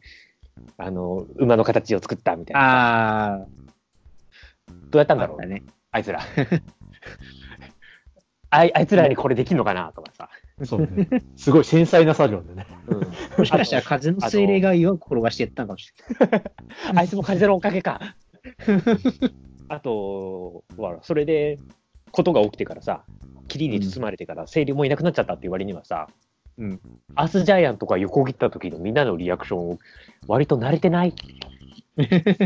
A: う、あの、馬の形を作ったみたいな。
B: あ
A: どうやった
B: ー、
A: んだ
B: あ
A: ろ
B: っ
A: う
B: たね。
A: あいつら。 あいあいつらにこれできんのかなとかさ。
C: そうね。すごい繊細な作業でね。
A: うん
B: もしかしたら風の水冷が岩を転がしてやったのかもしれ
A: あいつも風のおかげか。 あと、ほらそれで、ことが起きてからさ、霧に包まれてから、清流もいなくなっちゃったっていう割にはさ、
B: うん
A: アースジャイアントが横切った時のみんなのリアクション、割と慣れてない。
B: な
C: 確かに。
B: い。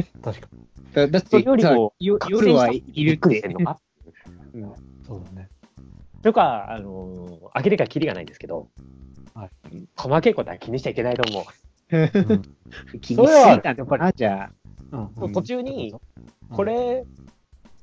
B: だだっ
A: そ
B: て
A: れよりも
B: さよ夜はいる
A: びっくりしてんのか
B: うん
C: そうだね。
A: とか、あのー、開けてからキリがないんですけど、
C: はい
A: うん細けいことは気にしちゃいけないと思う。
B: 気にしすぎたのかな、じゃあ。
C: うん
A: そう途中に、
C: うん
A: これ、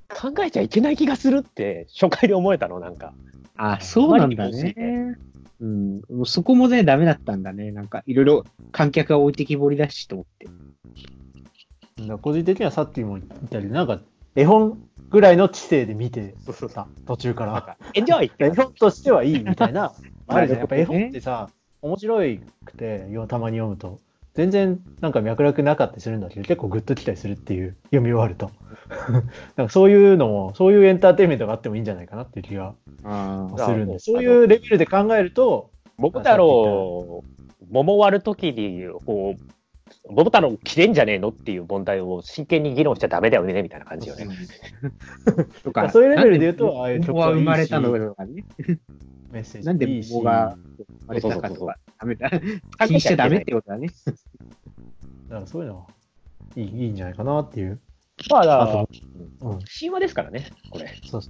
A: 考えちゃいけない気がするって、初回で思えたの、なんか。
B: あ、そうなん
A: あ
B: だ
A: まりにも
B: ね。うん、もうそこもね、ダメだったんだね。なんか、いろいろ観客が置いてきぼりだしと思って。
C: だから個人的にはさっきも言ったように、なんか、絵本ぐらいの知性で見てた、途中か
A: なん
C: ら。
A: か、エンジョイ
C: 絵本としてはいいみたいな、あるじゃん。やっぱ絵
B: な
C: 本
B: るほどね
C: ってさ、面白いくて、よたまに読むと、全然なんか脈絡なかったりするんだけど、結構グッときたりするっていう、読み終わると。 なんかそういうのも、そういうエンターテインメントがあってもいいんじゃないかなっていう気が
B: あ
A: ー
C: するん
A: あ
C: で、そういうレベルで考えると、
A: 桃太郎、桃割るときに、こう、桃太郎切れんじゃねえのっていう問題を真剣に議論しちゃダメだよね、みたいな感じよね。
B: と
C: ま
B: か
C: あそういうレベルで言うと
B: なん
C: ああいう
B: で
C: 曲
B: 桃は
C: はい
B: 生
C: いし
B: まれたのかとかね。
C: メッセージ
B: なんで
C: いいし
B: 桃が生まれたかとか。ダメだ。 気にしちゃダメってことだね。
C: だからそういうのはいいいいんじゃないかなっていう。
A: まあ、だ
C: あ
A: か
C: と、う
A: ら、
C: ん、
A: 神話ですからね、これ。
C: そう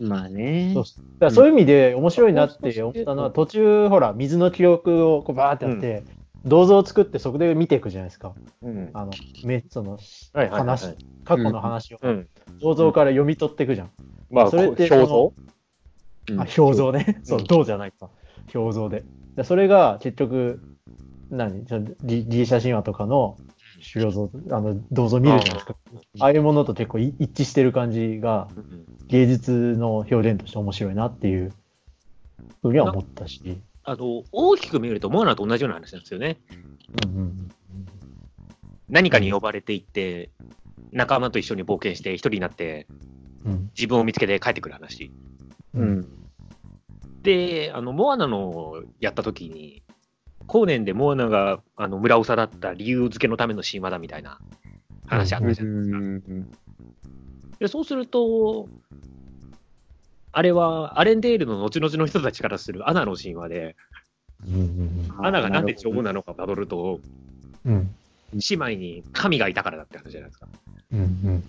B: まあね
C: そう。だからそういう意味で面白いなって思ったのは、途中、ほら、水の記録をこうバーってやって、銅像を作ってそこで見ていくじゃないですか。
A: うん。
C: あの、めその、
A: はいはいはい、
C: 話、過去の話を
A: うん。
C: 銅像から読み取っていくじゃん。
A: まあ、
C: それって
A: こう表像
B: うん
C: あ、表像ね。 そうう、
A: ん
C: 銅じゃないか。表像で。でそれが結局、何そのギギリシャ神話とかの主要像、あの、銅像見るじゃないですか。ああいうものと結構い一致してる感じが、芸術の表現として面白いなっていうふうには思ったし。
D: あの、大きく見るとモアナと同じような話なんですよね。
C: うんうん
D: 何かに呼ばれていって、仲間と一緒に冒険して、一人になって、
C: うん。
D: 自分を見つけて帰ってくる話。
C: う。
B: うんん。
D: で、あの、モアナのやった時に、後年でモアナがあの村長だった理由付けのための神話だみたいな話あったじゃないですか。で、そうすると、あれはアレンデールの後々の人たちからするアナの神話で、
C: うんうん
D: アナがなんで女王なのかをたどると、
C: うん。うん
D: 姉妹に神がいたからだって話じゃないですか。
C: うん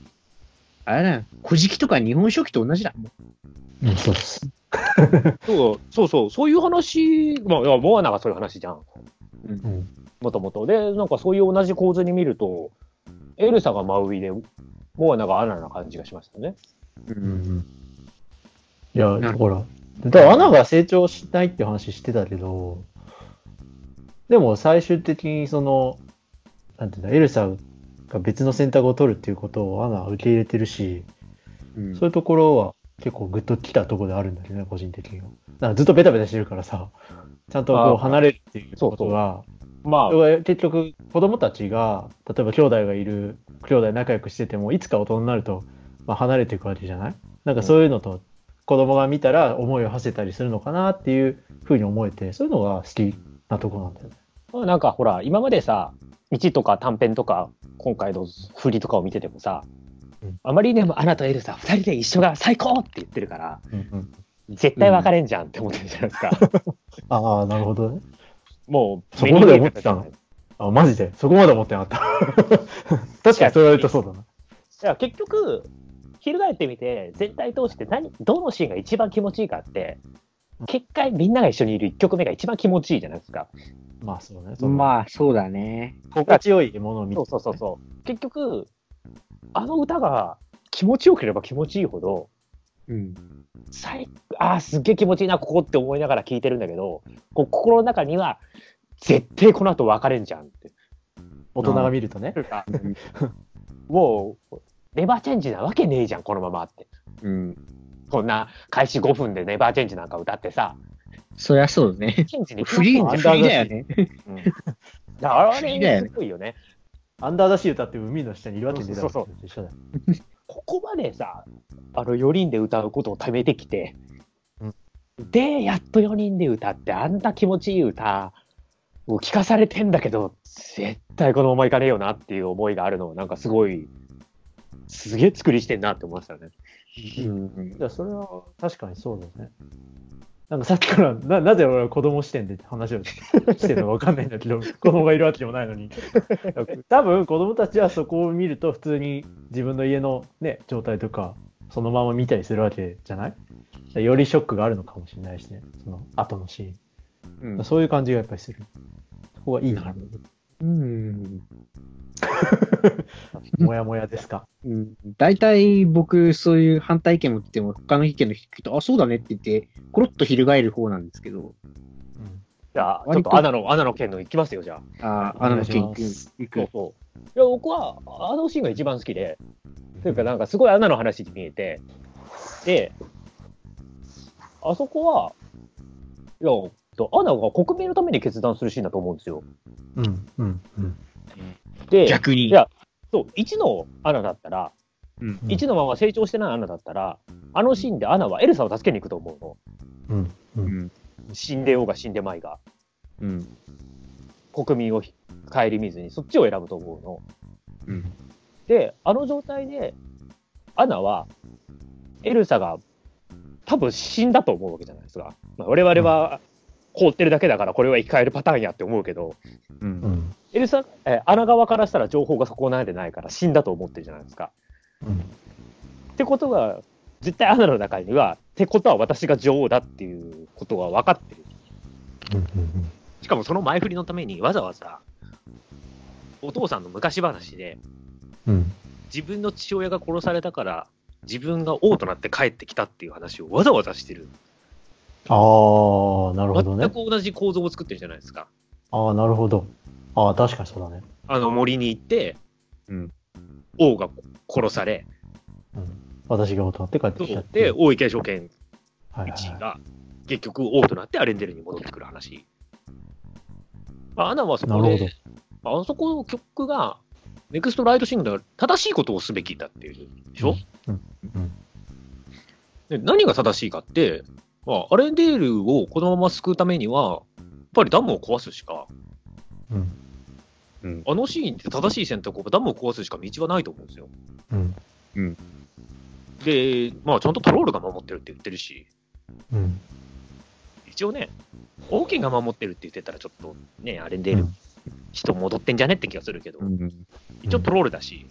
B: あれだ、古事記とか日本書紀と同じだ。も
C: うん。うんそうです。
D: そうそうそう、そういう話、まあいや、モアナがそういう話じゃん、
C: うん。
A: もともと。で、なんかそういう同じ構図に見ると、エルサが真上で、モアナがアナな感じがしましたね。
B: う
C: うんんいや、
B: なる
C: ほら。だから、アナが成長しないって話してたけど、でも最終的にその、なんていうんだ、エルサが別の選択を取るっていうことをアナは受け入れてるし、
B: うん
C: そういうところは結構グッときたところであるんだけどね、個人的には。なんかずっとベタベタしてるからさ、ちゃんとこ
A: あ
C: う
A: ー
C: 離れるっていうことが、
A: まあ、
C: 要は結局子供たちが、例えば兄弟がいる、兄弟仲良くしてても、いつか大人になると、まあ、離れていくわけじゃないなんかそういうのと、子供が見たら思いを馳せたりするのかなっていうふうに思えて、そういうのが好きなところなんだよね。
A: まあなんかほら、今までさ、1とか短編とか、今回の振りとかを見ててもさ、
C: うん
A: あまりにもアナとエルサ、2人で一緒が最高って言ってるから、
C: うんうん、
A: 絶対別れんじゃんって思ってるじゃないですか。
C: ああ、なるほどね。
A: もう、
C: そこまで思って
A: た
C: たのあ、マジで。そこまで思ってなかった。 確かにそれ言われるとそうだな。
A: じゃあ結局、翻ってみて、全体通して何、どのシーンが一番気持ちいいかって、結果、みんなが一緒にいる1曲目が一番気持ちいいじゃないですか。
C: まあそうね。その
B: まあ、そうだね。
C: 心地よいものを見て、
A: そうそうそうそう。結局、あの歌が気持ちよければ気持ちいいほど、
B: うん。
A: 最あーすっげえ気持ちいいなここって思いながら聞いてるんだけどこう心の中には絶対この後別れんじゃんって
C: 大人が見るとね。
A: もうネバーチェンジなわけねえじゃんこのままって
B: うん。
A: こんな開始5分でネバーチェンジなんか歌ってさ
B: そりゃそうだね。
A: チェンジに
B: フリ
A: う
B: ー、
A: ん
B: フリーだよね。
A: だからあ
B: 不思議だ
A: れ
B: よ
A: す
B: ね
A: ごいよね
C: アンダーダシー歌って海の下にいるわけで
A: そうそう
C: 一緒だよ。
A: ここまでさあの4人で歌うことをためてきて、
C: うん
A: でやっと4人で歌ってあんな気持ちいい歌を聞かされてんだけど絶対このままいかねえよなっていう思いがあるのはなんかすごいすげえ作りしてんなって思いましたね。
B: うん
C: いや、それは確かにそうだね。なんかさっきから、ななぜ俺は子供視点で話をしてるのかわかんないんだけ ど、子供がいるわけでもないの に。多分子供たちはそこを見ると普通に自分の家のね、状態とか、そのまま見たりするわけじゃないよりショックがあるのかもしれないしね。その後のシーン。そういう感じがやっぱりする。そこがいいな。
B: うん。
C: もやもやですか。
B: うん大体僕、そういう反対意見を言っても、他の意見の人聞くと、あ、そうだねって言って、コロッと翻る方なんですけど、
C: うん
A: じゃあ、ちょっとアナの、アナの剣のいきますよ、じゃあ。
B: あ
C: お
B: あ
C: 願
B: の
C: いし
B: 件
C: ま
B: 行く、行
A: そう
B: く。
A: そう。いや、僕は、あのシーンが一番好きで、というか、なんかすごいアナの話に見えて、で、あそこは、いや、アナが国民のために決断するシーンだと思うんですよ。
C: うん、うん、うん。
A: で、
B: 逆に
A: い。やそう、1のアナだったら、
B: うん
C: うん
A: 1のまま成長してないアナだったら、あのシーンでアナはエルサを助けに行くと思う
C: うん、う。
B: うんん。
A: の。死んでようが死んでまいが。
B: うん。
A: 国民を顧みずに、そっちを選ぶと思うの。
B: うん。
A: で、あの状態で、アナは、エルサが、多分死んだと思うわけじゃないですか。まあ、我々は凍ってるだけだから、これは生き返るパターンやって思うけど、
B: う。
C: うんん、
A: エルサ、えーアナ側からしたら情報が損なえてないから死んだと思ってるじゃないですか。
C: うん。
A: ってことが、絶対アナの中には、ってことは私が女王だっていうことが分かってる。しかもその前振りのためにわざわざ、お父さんの昔話で、
C: うん、
A: 自分の父親が殺されたから、自分が王となって帰ってきたっていう話をわざわざしてる。
C: ああ、なるほどね
A: 全く。同じ構造を作ってるじゃないですか。
C: ああ、なるほど。ああ、確かにそうだね。
A: あの森に行って、
B: うん
A: 王が殺され、
C: うん、私が大人って帰ってきたってい
A: で、
C: う。
A: 王位継承権
C: はいはい
A: 1位
C: は
A: が結局王となってアレンデルに戻ってくる話。まあアナはそ
C: い、な
A: こ
C: るほど
A: で、。まああそこの曲が、ネクストライトシングルが正しいことをすべきだっていうでしょ、
C: うんうん
A: で何が正しいかって、まあ、アレンデールをこのまま救うためには、やっぱりダムを壊すしか、
C: うん、
A: あのシーンって正しい選択をダムを壊すしか道はないと思うんですよ。
C: うん、
A: で、まあ、ちゃんとトロールが守ってるって言ってるし、
C: うん。
A: 一応ね、オーケンが守ってるって言ってたら、ちょっとね、アレンデー
C: う
A: ル
C: ん、
A: 人戻ってんじゃねって気がするけど、
B: うん。
A: 一応トロールだし、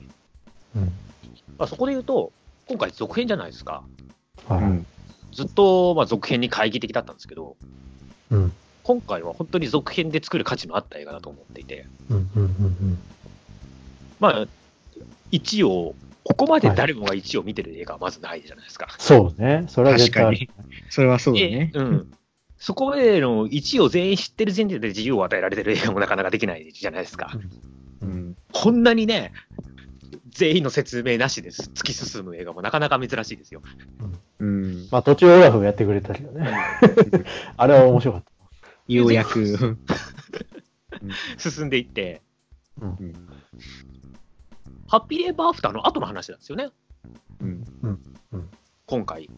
C: うん、
A: まあ、そこで言うと、今回続編じゃないですか。
C: はいはい。
A: ずっと、まあ、続編に懐疑的だったんですけど、
C: うん、
A: 今回は本当に続編で作る価値のあった映画だと思っていて、
C: うん、うん、うん。
A: まあ、1を、ここまで誰もが1を見てる映画はまずないじゃないですか。
C: そうね。それは絶
B: 確
C: 対
B: か
C: ある。
B: に。それはそうだ
A: で
B: ね。
A: うん。そこまでの1を全員知ってる前提で自由を与えられてる映画もなかなかできないじゃないですか。
B: うん。
A: こんなにね、全員の説明なしです突き進む映画もなかなか珍しいですよ。
B: うん。
C: まあ途中オラフがやってくれたけどね。あれは面白かっ
B: ようやく。
A: 進んでいって。
C: た。うん、
A: ハッピーエバーアフターの後の話なんですよね、
B: うん。
A: 今回。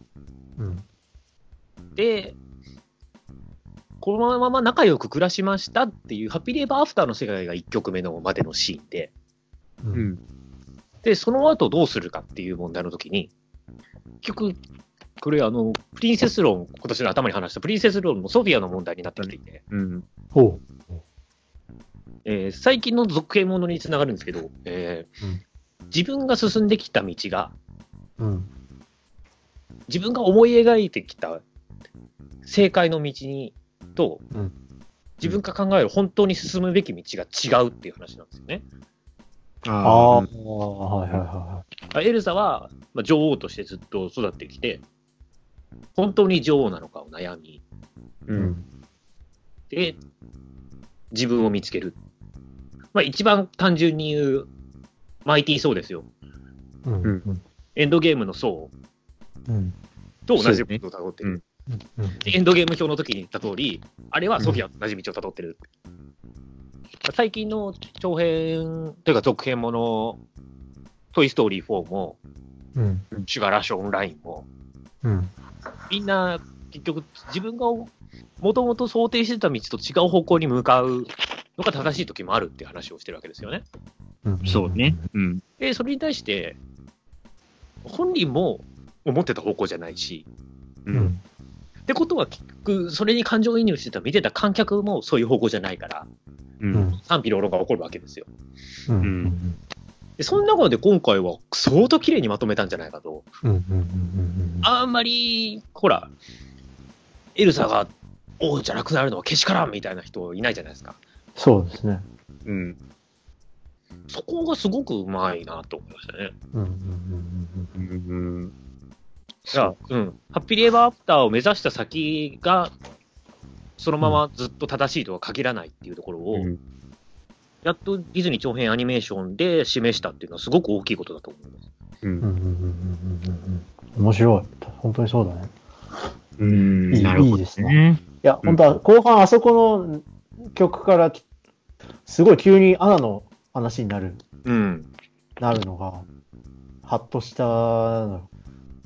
C: うん、
A: で、このまま仲良く暮らしましたっていう、ハッピーエバーアフターの世界が1曲目のまでのシーンで、
C: う、
B: うんん。
A: で、その後どうするかっていう問題の時に、結局、これあの、プリンセス論、今年の頭に話したプリンセス論のソフィアの問題になってきていて、
B: うん。
C: ほ
A: えー最近の続編ものにつながるんですけど、えー
C: うん
A: 自分が進んできた道が、
C: う。うん、
A: 自分が思い描いてきた正解の道に、と、
C: うん
A: 自分が考える本当に進むべき道が違うっていう話なんですよね。
C: ああ、
B: あ
C: はいはいはいは
A: あエルサは、まあ、女王としてずっと育ってきて、本当に女王なのかを悩み、
C: い。
B: うん。
A: で、自分を見つける。まあ一番単純に言う、マイティー・ソーですよ。
C: うん、うん、うん、
A: エンドゲームのソ
C: うん、
A: ーと同じことをたどってる、
C: うん。
A: でエンドゲーム表の時に言った通り、あれはソフィアと同じ道をたどってる。最近の長編、というか続編もの、トイ・ストーリー4も、
C: うん、
A: シュガー・ラッシュ・オンラインも、
C: うん、
A: みんな結局自分がもともと想定してた道と違う方向に向かうのが正しい時もあるっていう話をしてるわけですよね。
C: うん。
B: そうね。。うん。
A: で、それに対して、本人も思ってた方向じゃないし、
B: う。
C: うんん、
A: ってことは結局、それに感情移入してた見てた観客もそういう方向じゃないから、
B: う。
C: うんん、
A: 賛否両論が起こるわけですよ。
C: うん、う
B: うん
C: ん。
A: でそんなことで今回は相当綺麗にまとめたんじゃないかと。
C: うんうんうんうん
A: あんまり、ほら、エルサが王じゃなくなるのはけしからんみたいな人いないじゃないですか。
C: そうですね。
A: うん。そこがすごくうまいなと思いましたね。
C: うんうんうんうんうん
A: うん。じゃあ、うん。ハッピーリエバーアフターを目指した先が、そのままずっと正しいとは限らないっていうところを、
C: うん
A: やっとディズニー長編アニメーションで示したっていうのはすごく大きいことだと思います。
C: うんうんうんうんうんうん面白い。本当にそうだね。
B: うん
C: いい
B: なるほど、ね。
C: いいですいや、
B: うん
C: 本当は後半あそこの曲からきすごい急にアナの話になる、
A: うん。
C: なるのが、ハッとしたの。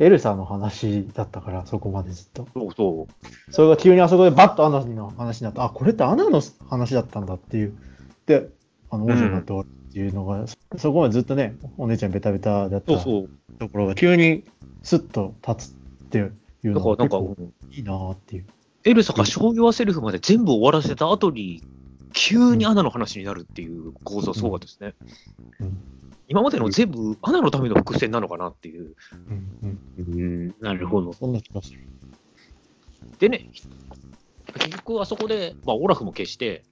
C: エルサの話だったから、そこまでずっと。
A: そうそ
C: それが急にあそこでバッとアナの話になって、あ、これってアナの話だったんだっていう。で、あの、王女になって終わるっていうのが、そそこまでずっとね、お姉ちゃんベタベタだっ
A: う。そう
C: た
A: そう。
C: ところが急にスッと立つっていう
A: だ
C: の
A: から
C: が
A: なん
C: 結
A: か、
C: 構いいなーっていう。
A: エルサが商業セルフまで全部終わらせた後に、急にアナの話になるっていう構造はすごかったですね。
C: うん
A: 今までの全部、アナのための伏線なのかなっていう。
C: うんうん。
A: うん、なるほど。
C: そんな気がする。
A: でね、結局あそこで、まあ、オラフも消して、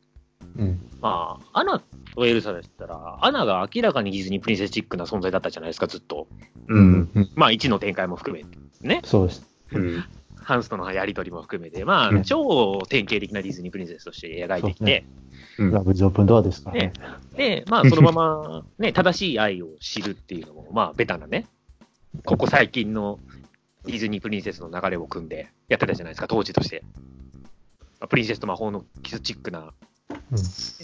C: うん。
A: まあ、アナとエルサでしたら、アナが明らかにディズニープリンセスチックな存在だったじゃないですか、ずっと。う。
C: うん。
A: まあ、1の展開も含めて、
C: そうです。
B: うん
A: ハンスとのやりとりも含めて、ま
C: う
A: あ、
C: ん
A: 超典型的なディズニープリンセスとして描いてき
C: そ
A: て、
C: うでラブズオープンドアですからね。
A: で、まあ、そのまま、ね、正しい愛を知るっていうのも、まあ、ベタなね、ここ最近のディズニープリンセスの流れを組んでやってたじゃないですか、当時として。まあプリンセスと魔法のキスチックな、
C: うん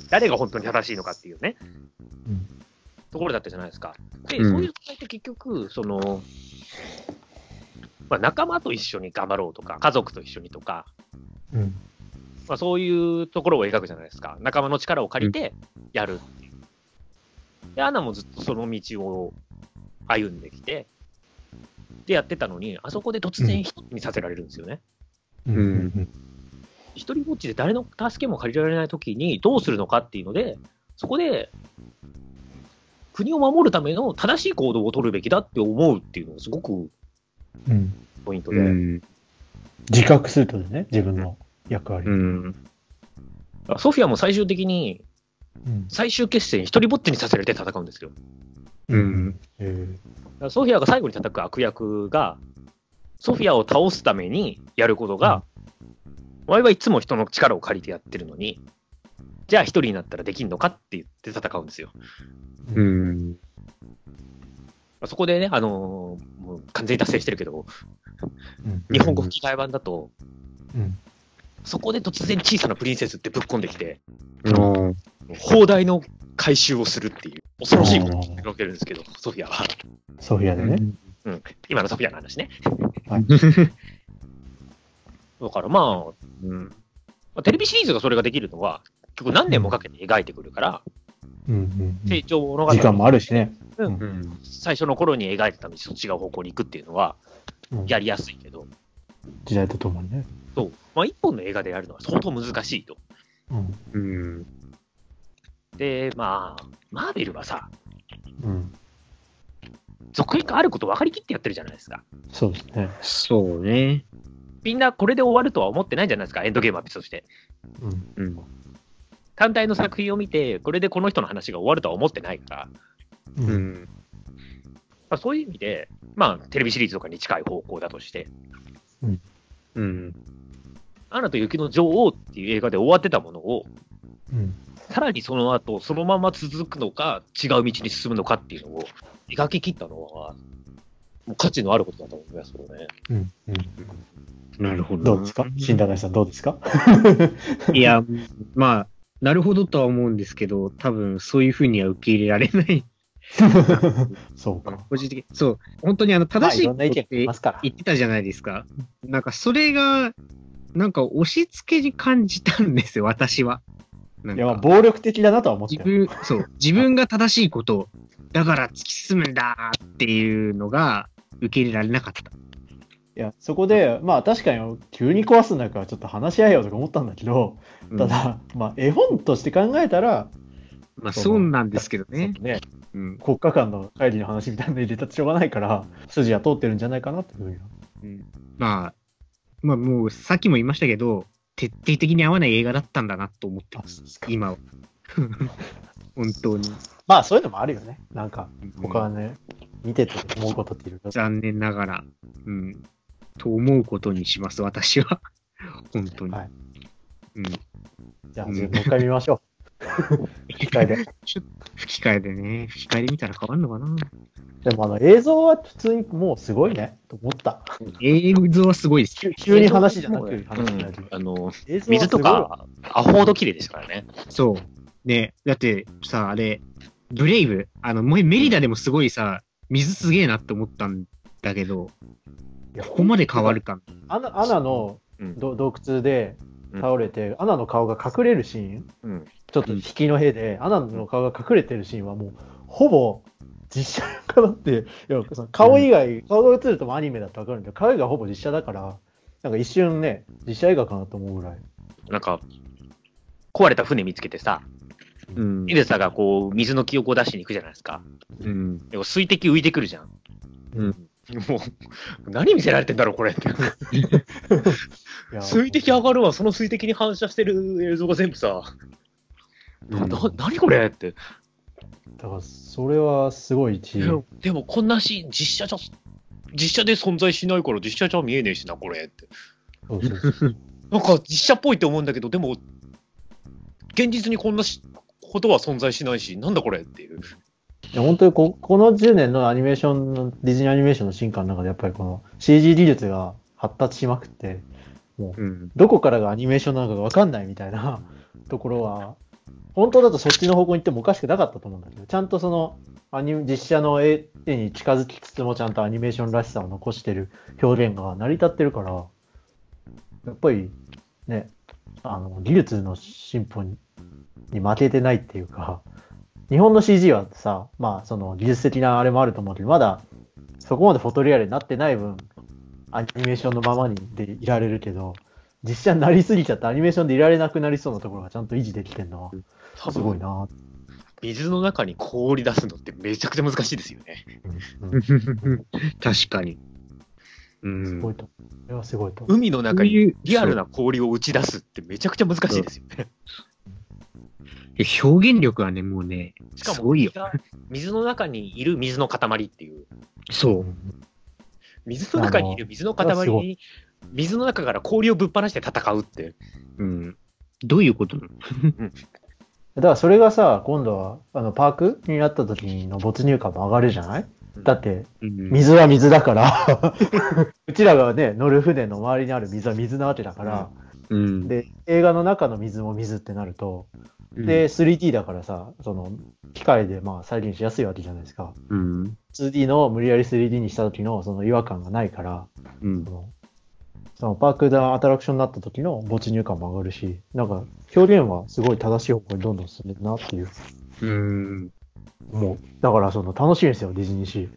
A: 誰が本当に正しいのかっていうね、
C: うん
A: ところだったじゃないですか。で、
B: うん
A: そういう場合って結局、その、まあ、仲間と一緒に頑張ろうとか、家族と一緒にとか、
C: うん。
A: まあ、そういうところを描くじゃないですか。仲間の力を借りてやるっていう。で、アナもずっとその道を歩んできて、でやってたのに、あそこで突然一人にさせられるんですよね。
C: うんん。
A: 一人ぼっちで誰の助けも借りられないときにどうするのかっていうので、そこで、国を守るための正しい行動を取るべきだって思うっていうのがすごく
C: うん。
A: ポイント
B: う
A: で。
B: ん
C: 自覚するとね、自分の役割。
A: うんソフィアも最終的に
C: うん。
A: 最終決戦一人ぼっちにさせられて戦うんですよ。
B: うん
C: えー
A: だからソフィアが最後に叩く悪役が、ソフィアを倒すためにやることが、お前はいつも人の力を借りてやってるのに、じゃあ一人になったらできんのかって言って戦うんですよ。
B: うん
A: そこでね、あのーもう完全に達成してるけど、
C: うん
A: 日本語吹き替え版だと、
C: うん
A: そこで突然小さなプリンセスってぶっ込んできて、
B: うん
A: 砲台の回収をするっていう、恐ろしいことをやってるんですけど、ソフィアは。
C: ソフィアでね。
A: うん、今のソフィアの話ね。
C: はい。
A: だからまあ、うんまあ、テレビシリーズがそれができるのは、結構何年もかけて描いてくるから、
C: うんうんうん
A: 成長物語
C: 時間もあるしね。
A: うん最初の頃に描いてた道と違う方向に行くっていうのは
C: うん、
A: やりやすいけど、
C: 時代とともにね。
A: そうまあ、一本の映画でやるのは相当難しいと。
C: うん。
B: うん
A: で、まあ、マーベルはさ、
C: うん。
A: 続編があること分かりきってやってるじゃないですか。
C: そうですね。
B: そうね。
A: みんなこれで終わるとは思ってないじゃないですか、エンドゲームは別として。
C: うん。
B: うん
A: 単体の作品を見て、これでこの人の話が終わるとは思ってないから、
C: う。
B: うんん
A: まあ、そういう意味で、まあ、テレビシリーズとかに近い方向だとして、
B: うん
A: アナと雪の女王っていう映画で終わってたものを、
C: うん。
A: さらにその後、そのまま続くのか、違う道に進むのかっていうのを描き切ったのは、もう価値のあることだと思いますよね。
C: うん。
B: なるほど。
C: どうですか新田大さんどうですか
B: いや、まあ、なるほどとは思うんですけど、多分そういうふうには受け入れられない。
C: そうか。
B: 個人的にそう、本当にあの正しい
C: まあろ
B: こ
C: ん
B: と
C: な
B: っ
C: 意見
B: て
C: ありますから。
B: 言ってたじゃないですか。なんかそれが、なんか押し付けに感じたんですよ、私は。なん
C: い
B: か
C: や、まあ暴力的だなとは思って
B: 自
C: る。
B: 分、そう、自分が正しいことを、だから突き進むんだっていうのが受け入れられなかった。
C: いや、そこで、まあ確かに急に壊すんだからちょっと話し合えよとか思ったんだけど、
B: うん
C: ただ、まあ、絵本として考えたら、
B: まあそうなんですけどね。
C: ね、
B: うん。
C: 国家間の会議の話みたいなの入れたってしょうがないから、筋は通ってるんじゃないかなっていうふうには。
B: まあ、まあもうさっきも言いましたけど、徹底的に合わない映画だったんだなと思ってます。今は。 本当に。
C: まあそういうのもあるよね。なんか、他はね、見てて思うことっていろいろ。
B: 残念ながら。うん。と思うことにします、私は。本当に。
C: はい
B: うん。
C: じゃあ、もう一回見ましょう。 一回で。
B: 吹き替えでね、吹き替えで見たら変わるのかな
C: でもあの映像は普通にもうすごいね、と思った。
B: 映像はすごいです。
C: 急に話じゃなくて
A: う
C: 話になる。
A: ん、あの
C: 映像はすごい
A: 水とか、アホほど綺麗でしたからね。
B: そう。ね、だってさ、あれ、ブレイブ、あの、メメリダでもすごいさ、水すげえなって思ったんだけど、
C: いや
B: ここまで変わるか。
C: アナアナの
A: うん
C: ど洞窟で倒れて、アナの顔が隠れるシーン、
A: うん
C: ちょっと引きの絵で、アナの顔が隠れてるシーンはもう、ほぼ実写かなって、いやその顔以外、顔が映るともアニメだと分かるんで、顔以外ほぼ実写だから、なんか一瞬ね、実写映画かなと思うぐらい。
A: なんか、壊れた船見つけてさ、
B: うん
A: エ。ルサがこう、水の記憶を出しに行くじゃないですか。
B: うん。
A: でも水滴浮いてくるじゃん。
B: うん。
A: もう、何見せられてんだろう、これって。
C: いや
A: 水滴上がるわ、その水滴に反射してる映像が全部さ、な、な、何これって。
C: だから、それはすごいし、
A: でもでもこんなシーン、実写じゃ、実写で存在しないから実写じゃ見えねえしな、これって。
C: そうそうそう
A: なんか実写っぽいって思うんだけど、でも、現実にこんなしことは存在しないし、なんだこれっていう。
C: いや本当にここの10年のアニメーションの、ディズニーアニメーションの進化の中で、やっぱりこの CG 技術が発達しまくって、
B: うん。
C: どこからがアニメーションなのかわかんないみたいなところは、本当だとそっちの方向に行ってもおかしくなかったと思うんだけど、ちゃんとそのアニメ実写の絵絵に近づきつつもちゃんとアニメーションらしさを残してる表現が成り立ってるから、やっぱりね、あの技術の進歩にに負けてないっていうか、日本の CG はさ、まあその技術的なあれもあると思うけど、まだそこまでフォトリアルになってない分、アニメーションのままにでいられるけど、実写になりすぎちゃってアニメーションでいられなくなりそうなところがちゃんと維持できてるの
A: 多
C: はすごい
A: 分、
C: な、
A: 水の中に氷出すのってめちゃくちゃ難しいですよね。
C: うんうん、
B: 確かに。う
C: す
B: ん。
C: ごいと思う。それはすごいと思う。
A: 海の中
B: そうい
A: に
B: う
A: リアルな氷を打ち出すってめちゃくちゃ難しいですよね。
B: 表現力はね、もうね、
A: しか
B: す
A: も
B: ごいよ
A: 水。が水の中にいる水の塊っていう。
B: そう。
A: 水の中にいる水の
C: あの
A: 塊
C: すご
A: に、水の中から氷をぶっ放して戦うって。
B: うん。どういうことなの
C: だからそれがさ、今度はあのパークになった時の没入感も上がるじゃないだって
B: うん
C: 水は水だから、 うちらがね、乗る船の周りにある水は水なわけだから、
B: うん。
C: で、映画の中の水も水ってなると、
B: うん、
C: で、3D だからさ、その、機械でまあ再現しやすいわけじゃないですか。
B: うん。
C: 2D の無理やり 3D にした時のその違和感がないから、
B: うん
C: そ。のそのパークダアトラクションになった時の没入感も上がるし、なんか表現はすごい正しい方向にどんどん進んでるなっていう
B: うん。
C: 思う。だからその楽しいんですよ、ディズニーシ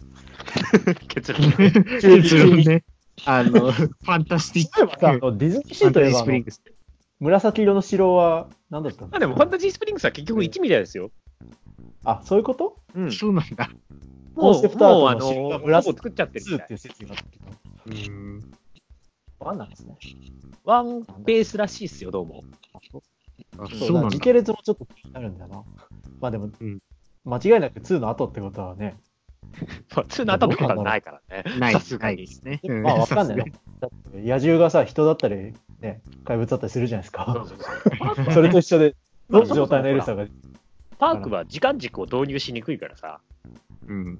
A: 結論。うん
C: ー。
B: ね。あの、ファンタスティッ
C: 例えばさ、あ
B: ク。
C: のディズニーシ
B: ファ
C: ー
B: ン
C: と
B: タジ
C: いえ
B: ー
C: ばあ
B: スプリ
C: の
B: ングス。
C: 紫色の城は何だったの
A: あでも、ファンタジースプリングスは結局1ミリですよ。
C: あ、そういうこと
A: うん。
B: そうなんだ。
A: も
C: コンセ
A: う、
C: プトアー
A: もう
C: ト
A: あ
C: の
A: の、
C: シルバ
A: も
C: ー
A: う
C: 紫
A: 作っちゃってるみ
C: 2
A: た
C: っ
A: い
C: ていう説があったけど、
B: うん。
C: ワンなんですね。
A: ワンベースらしいっすよ、どうも。
B: あ
C: そ
B: そうう
C: だ
B: なん
C: 時
B: だ。
C: 系列もちょっと気になるんだよな。まあでも、
B: うん
C: 間違いなく2の後ってことはね、
A: 普通の頭とかないからね。
B: ない
A: さすが
B: ない
A: に
B: で。すね。う
C: まあわかんない
B: さ
C: よ
B: す。
C: だって野獣がさ、人だったり、ね、怪物だったりするじゃないで す
A: そう
C: か。
A: そうそう
C: それと一緒で、
A: まあ
C: どの状態のエルサが。
A: パークは時間軸を導入しにくいからさ、
B: がにうん。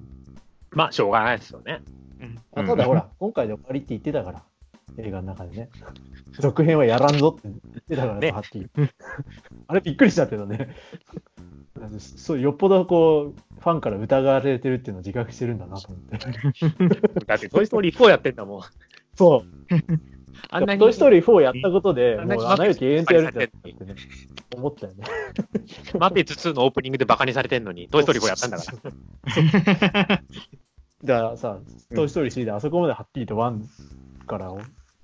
A: まあ、しょうがないですよね。
C: あただほら、今回で終わりって言ってたから、映画の中でね。続編はやらんぞって言ってたから
A: ね
C: ね、はっきり。あれびっくりしちゃってたね。 そう、よっぽどこう、ファンから疑われてるっていうのを自覚してるんだなと思って。
A: だって、トイ・ストーリー4やってんだもん。
C: そう。
A: あんなに。
C: トイ・ストーリー4やったことで、
A: あんな
C: も
A: に
C: う、アナ雪永遠とやるんだってね、思ったよね。
A: マペツ2のオープニングでバカにされてんのに、トイ・ストーリー4やったんだから。
C: だからさ、トイ・ストーリー3であそこまではっきりと1から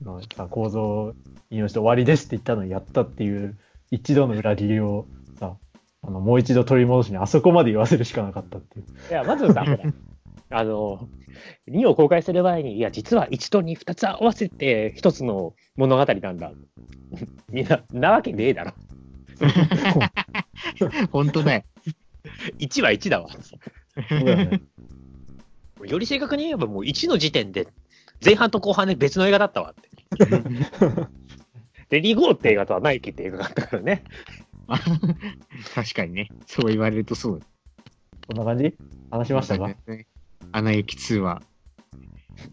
C: のさ構造を引用して終わりですって言ったのにやったっていう一度の裏切りをさ、あの、もう一度取り戻しに、あそこまで言わせるしかなかったっていう。
A: いや、まずさ、ほらあの、2を公開する前に、いや、実は1と2、2つ合わせて1つの物語なんだ。みんな、なわけねえだろ。
B: 本当だよ。
D: 1は1だわ。
C: そうだよね
D: より正確に言えばもう1の時点で、前半と後半で別の映画だったわって。で、リゴーって映画とはないきって映画があったからね。
B: 確かにね。そう言われるとそうだ。
C: こんな感じ話しましたか
B: アナ雪2は。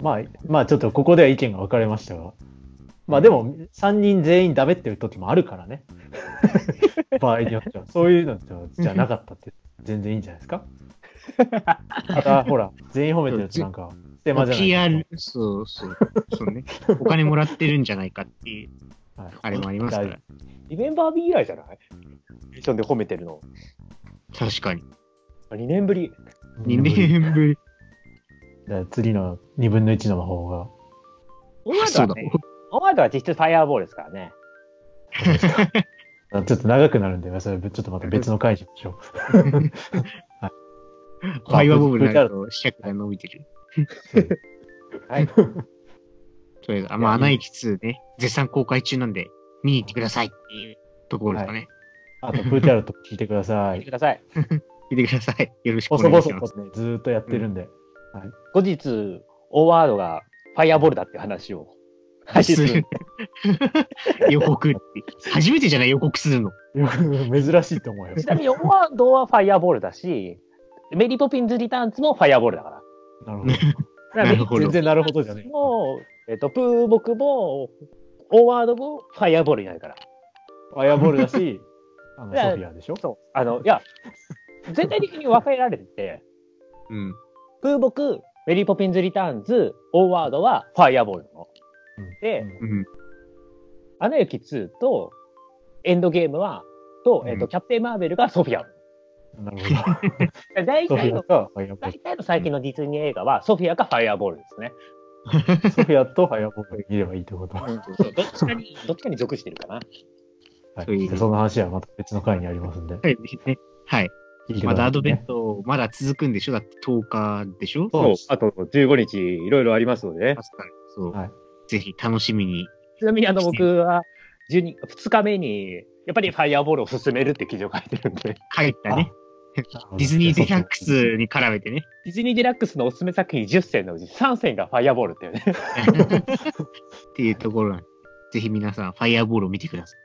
C: まあ、まあちょっとここでは意見が分かれましたが。まあでも、3人全員ダメってる時もあるか らね。場合によっては。そういうのじゃなかったって、全然いいんじゃないですかただ、ほら、全員褒めてるとなんか、ステマじゃない
B: PR、そうそう。そうね。お金もらってるんじゃないかっていう、
C: はい
B: あれもあります から。
A: リメンバービー以来じゃないそんで褒めてるの。
B: 確かに。
A: 2年ぶり。
B: 2年ぶり。
C: じゃあ次の2分の1の魔法が。
A: オマード
B: そ
A: は
B: うだ。
A: ね、オマードは実質ファイアーボールですからね。
C: あちょっと長くなるんで、それちょっとまた別の回にしましょ
B: 会話ボブになると、尺が伸びてる。
A: はい。
B: とりあえず、あまあ、アナ雪2ね、絶賛公開中なんで、見に行ってくださいっていうところですかね。
C: う。あと、VTR と聞いてくださ
A: 見て
C: い。
A: ください。
B: 見てください。よろ しくお
C: 細
B: 願
C: 々
B: いします。
C: とね、ずーっとやってるんで。
A: 後日、オワードがファイアーボールだっていう話を配信する。
B: 予告って。初めてじゃない予告するの。
C: 珍しいと思うよ。
A: ちなみに、オワードはファイアーボールだし、メリーポピンズリターンズもファイアーボールだから。
C: なるほど。
B: なるほど
C: 全然なるほどじゃねえ。
A: もう、えっと、プーボクも、オワードもファイアーボールになるから。
C: ファイアボールだし、あの、
A: いや
C: ソフィアでしょ
A: そう。あの、いや、全体的に分けられてて、
B: うん。
A: プーボク、メリーポピンズリターンズ、オワードはファイアーボールなの。で、
C: うん
B: うん。
A: アナ雪2と、エンドゲームは、と、えっ、
B: う
A: と、
B: ん
A: キャプテン・マーベルがソフィア。
C: なるほど。
A: 大
C: ソフ
A: 体
C: ィア
A: の、
C: かファイアボー
A: 大体の最近のディズニー映画は、ソフィアかファイアーボールですね。
C: ル。ソフィアとファイアボール見ればいいって こと。は
A: そうどっちかに、どっちかに属してるかな。
C: い
B: そういう
C: でその話はまた別の回にありますんで。
B: はい。ねはい。
C: 聞いてく
B: ま
C: だ
B: だ
C: さ
B: ア
C: い
B: ドベン
C: ね。
B: ト、まだ続くんでしょだって10日でしょ
C: そうです
A: あと15日、いろいろありますのでね
B: 明。日からそう。
C: はい
B: ぜひ楽しみに。
A: ちなみに、あの、僕は、12 2日目に、やっぱりファイアーボールを進めるって記事を書いてるんで、
B: 帰ったね。
C: なるほど
B: ディズニーデラック。スに絡めてね。
A: ディズニーデラックスのおすすめ作品10選のうち3選がファイアーボールっていうね。
B: っていうところなんで。ぜひ皆さん、ファイアーボールを見てください。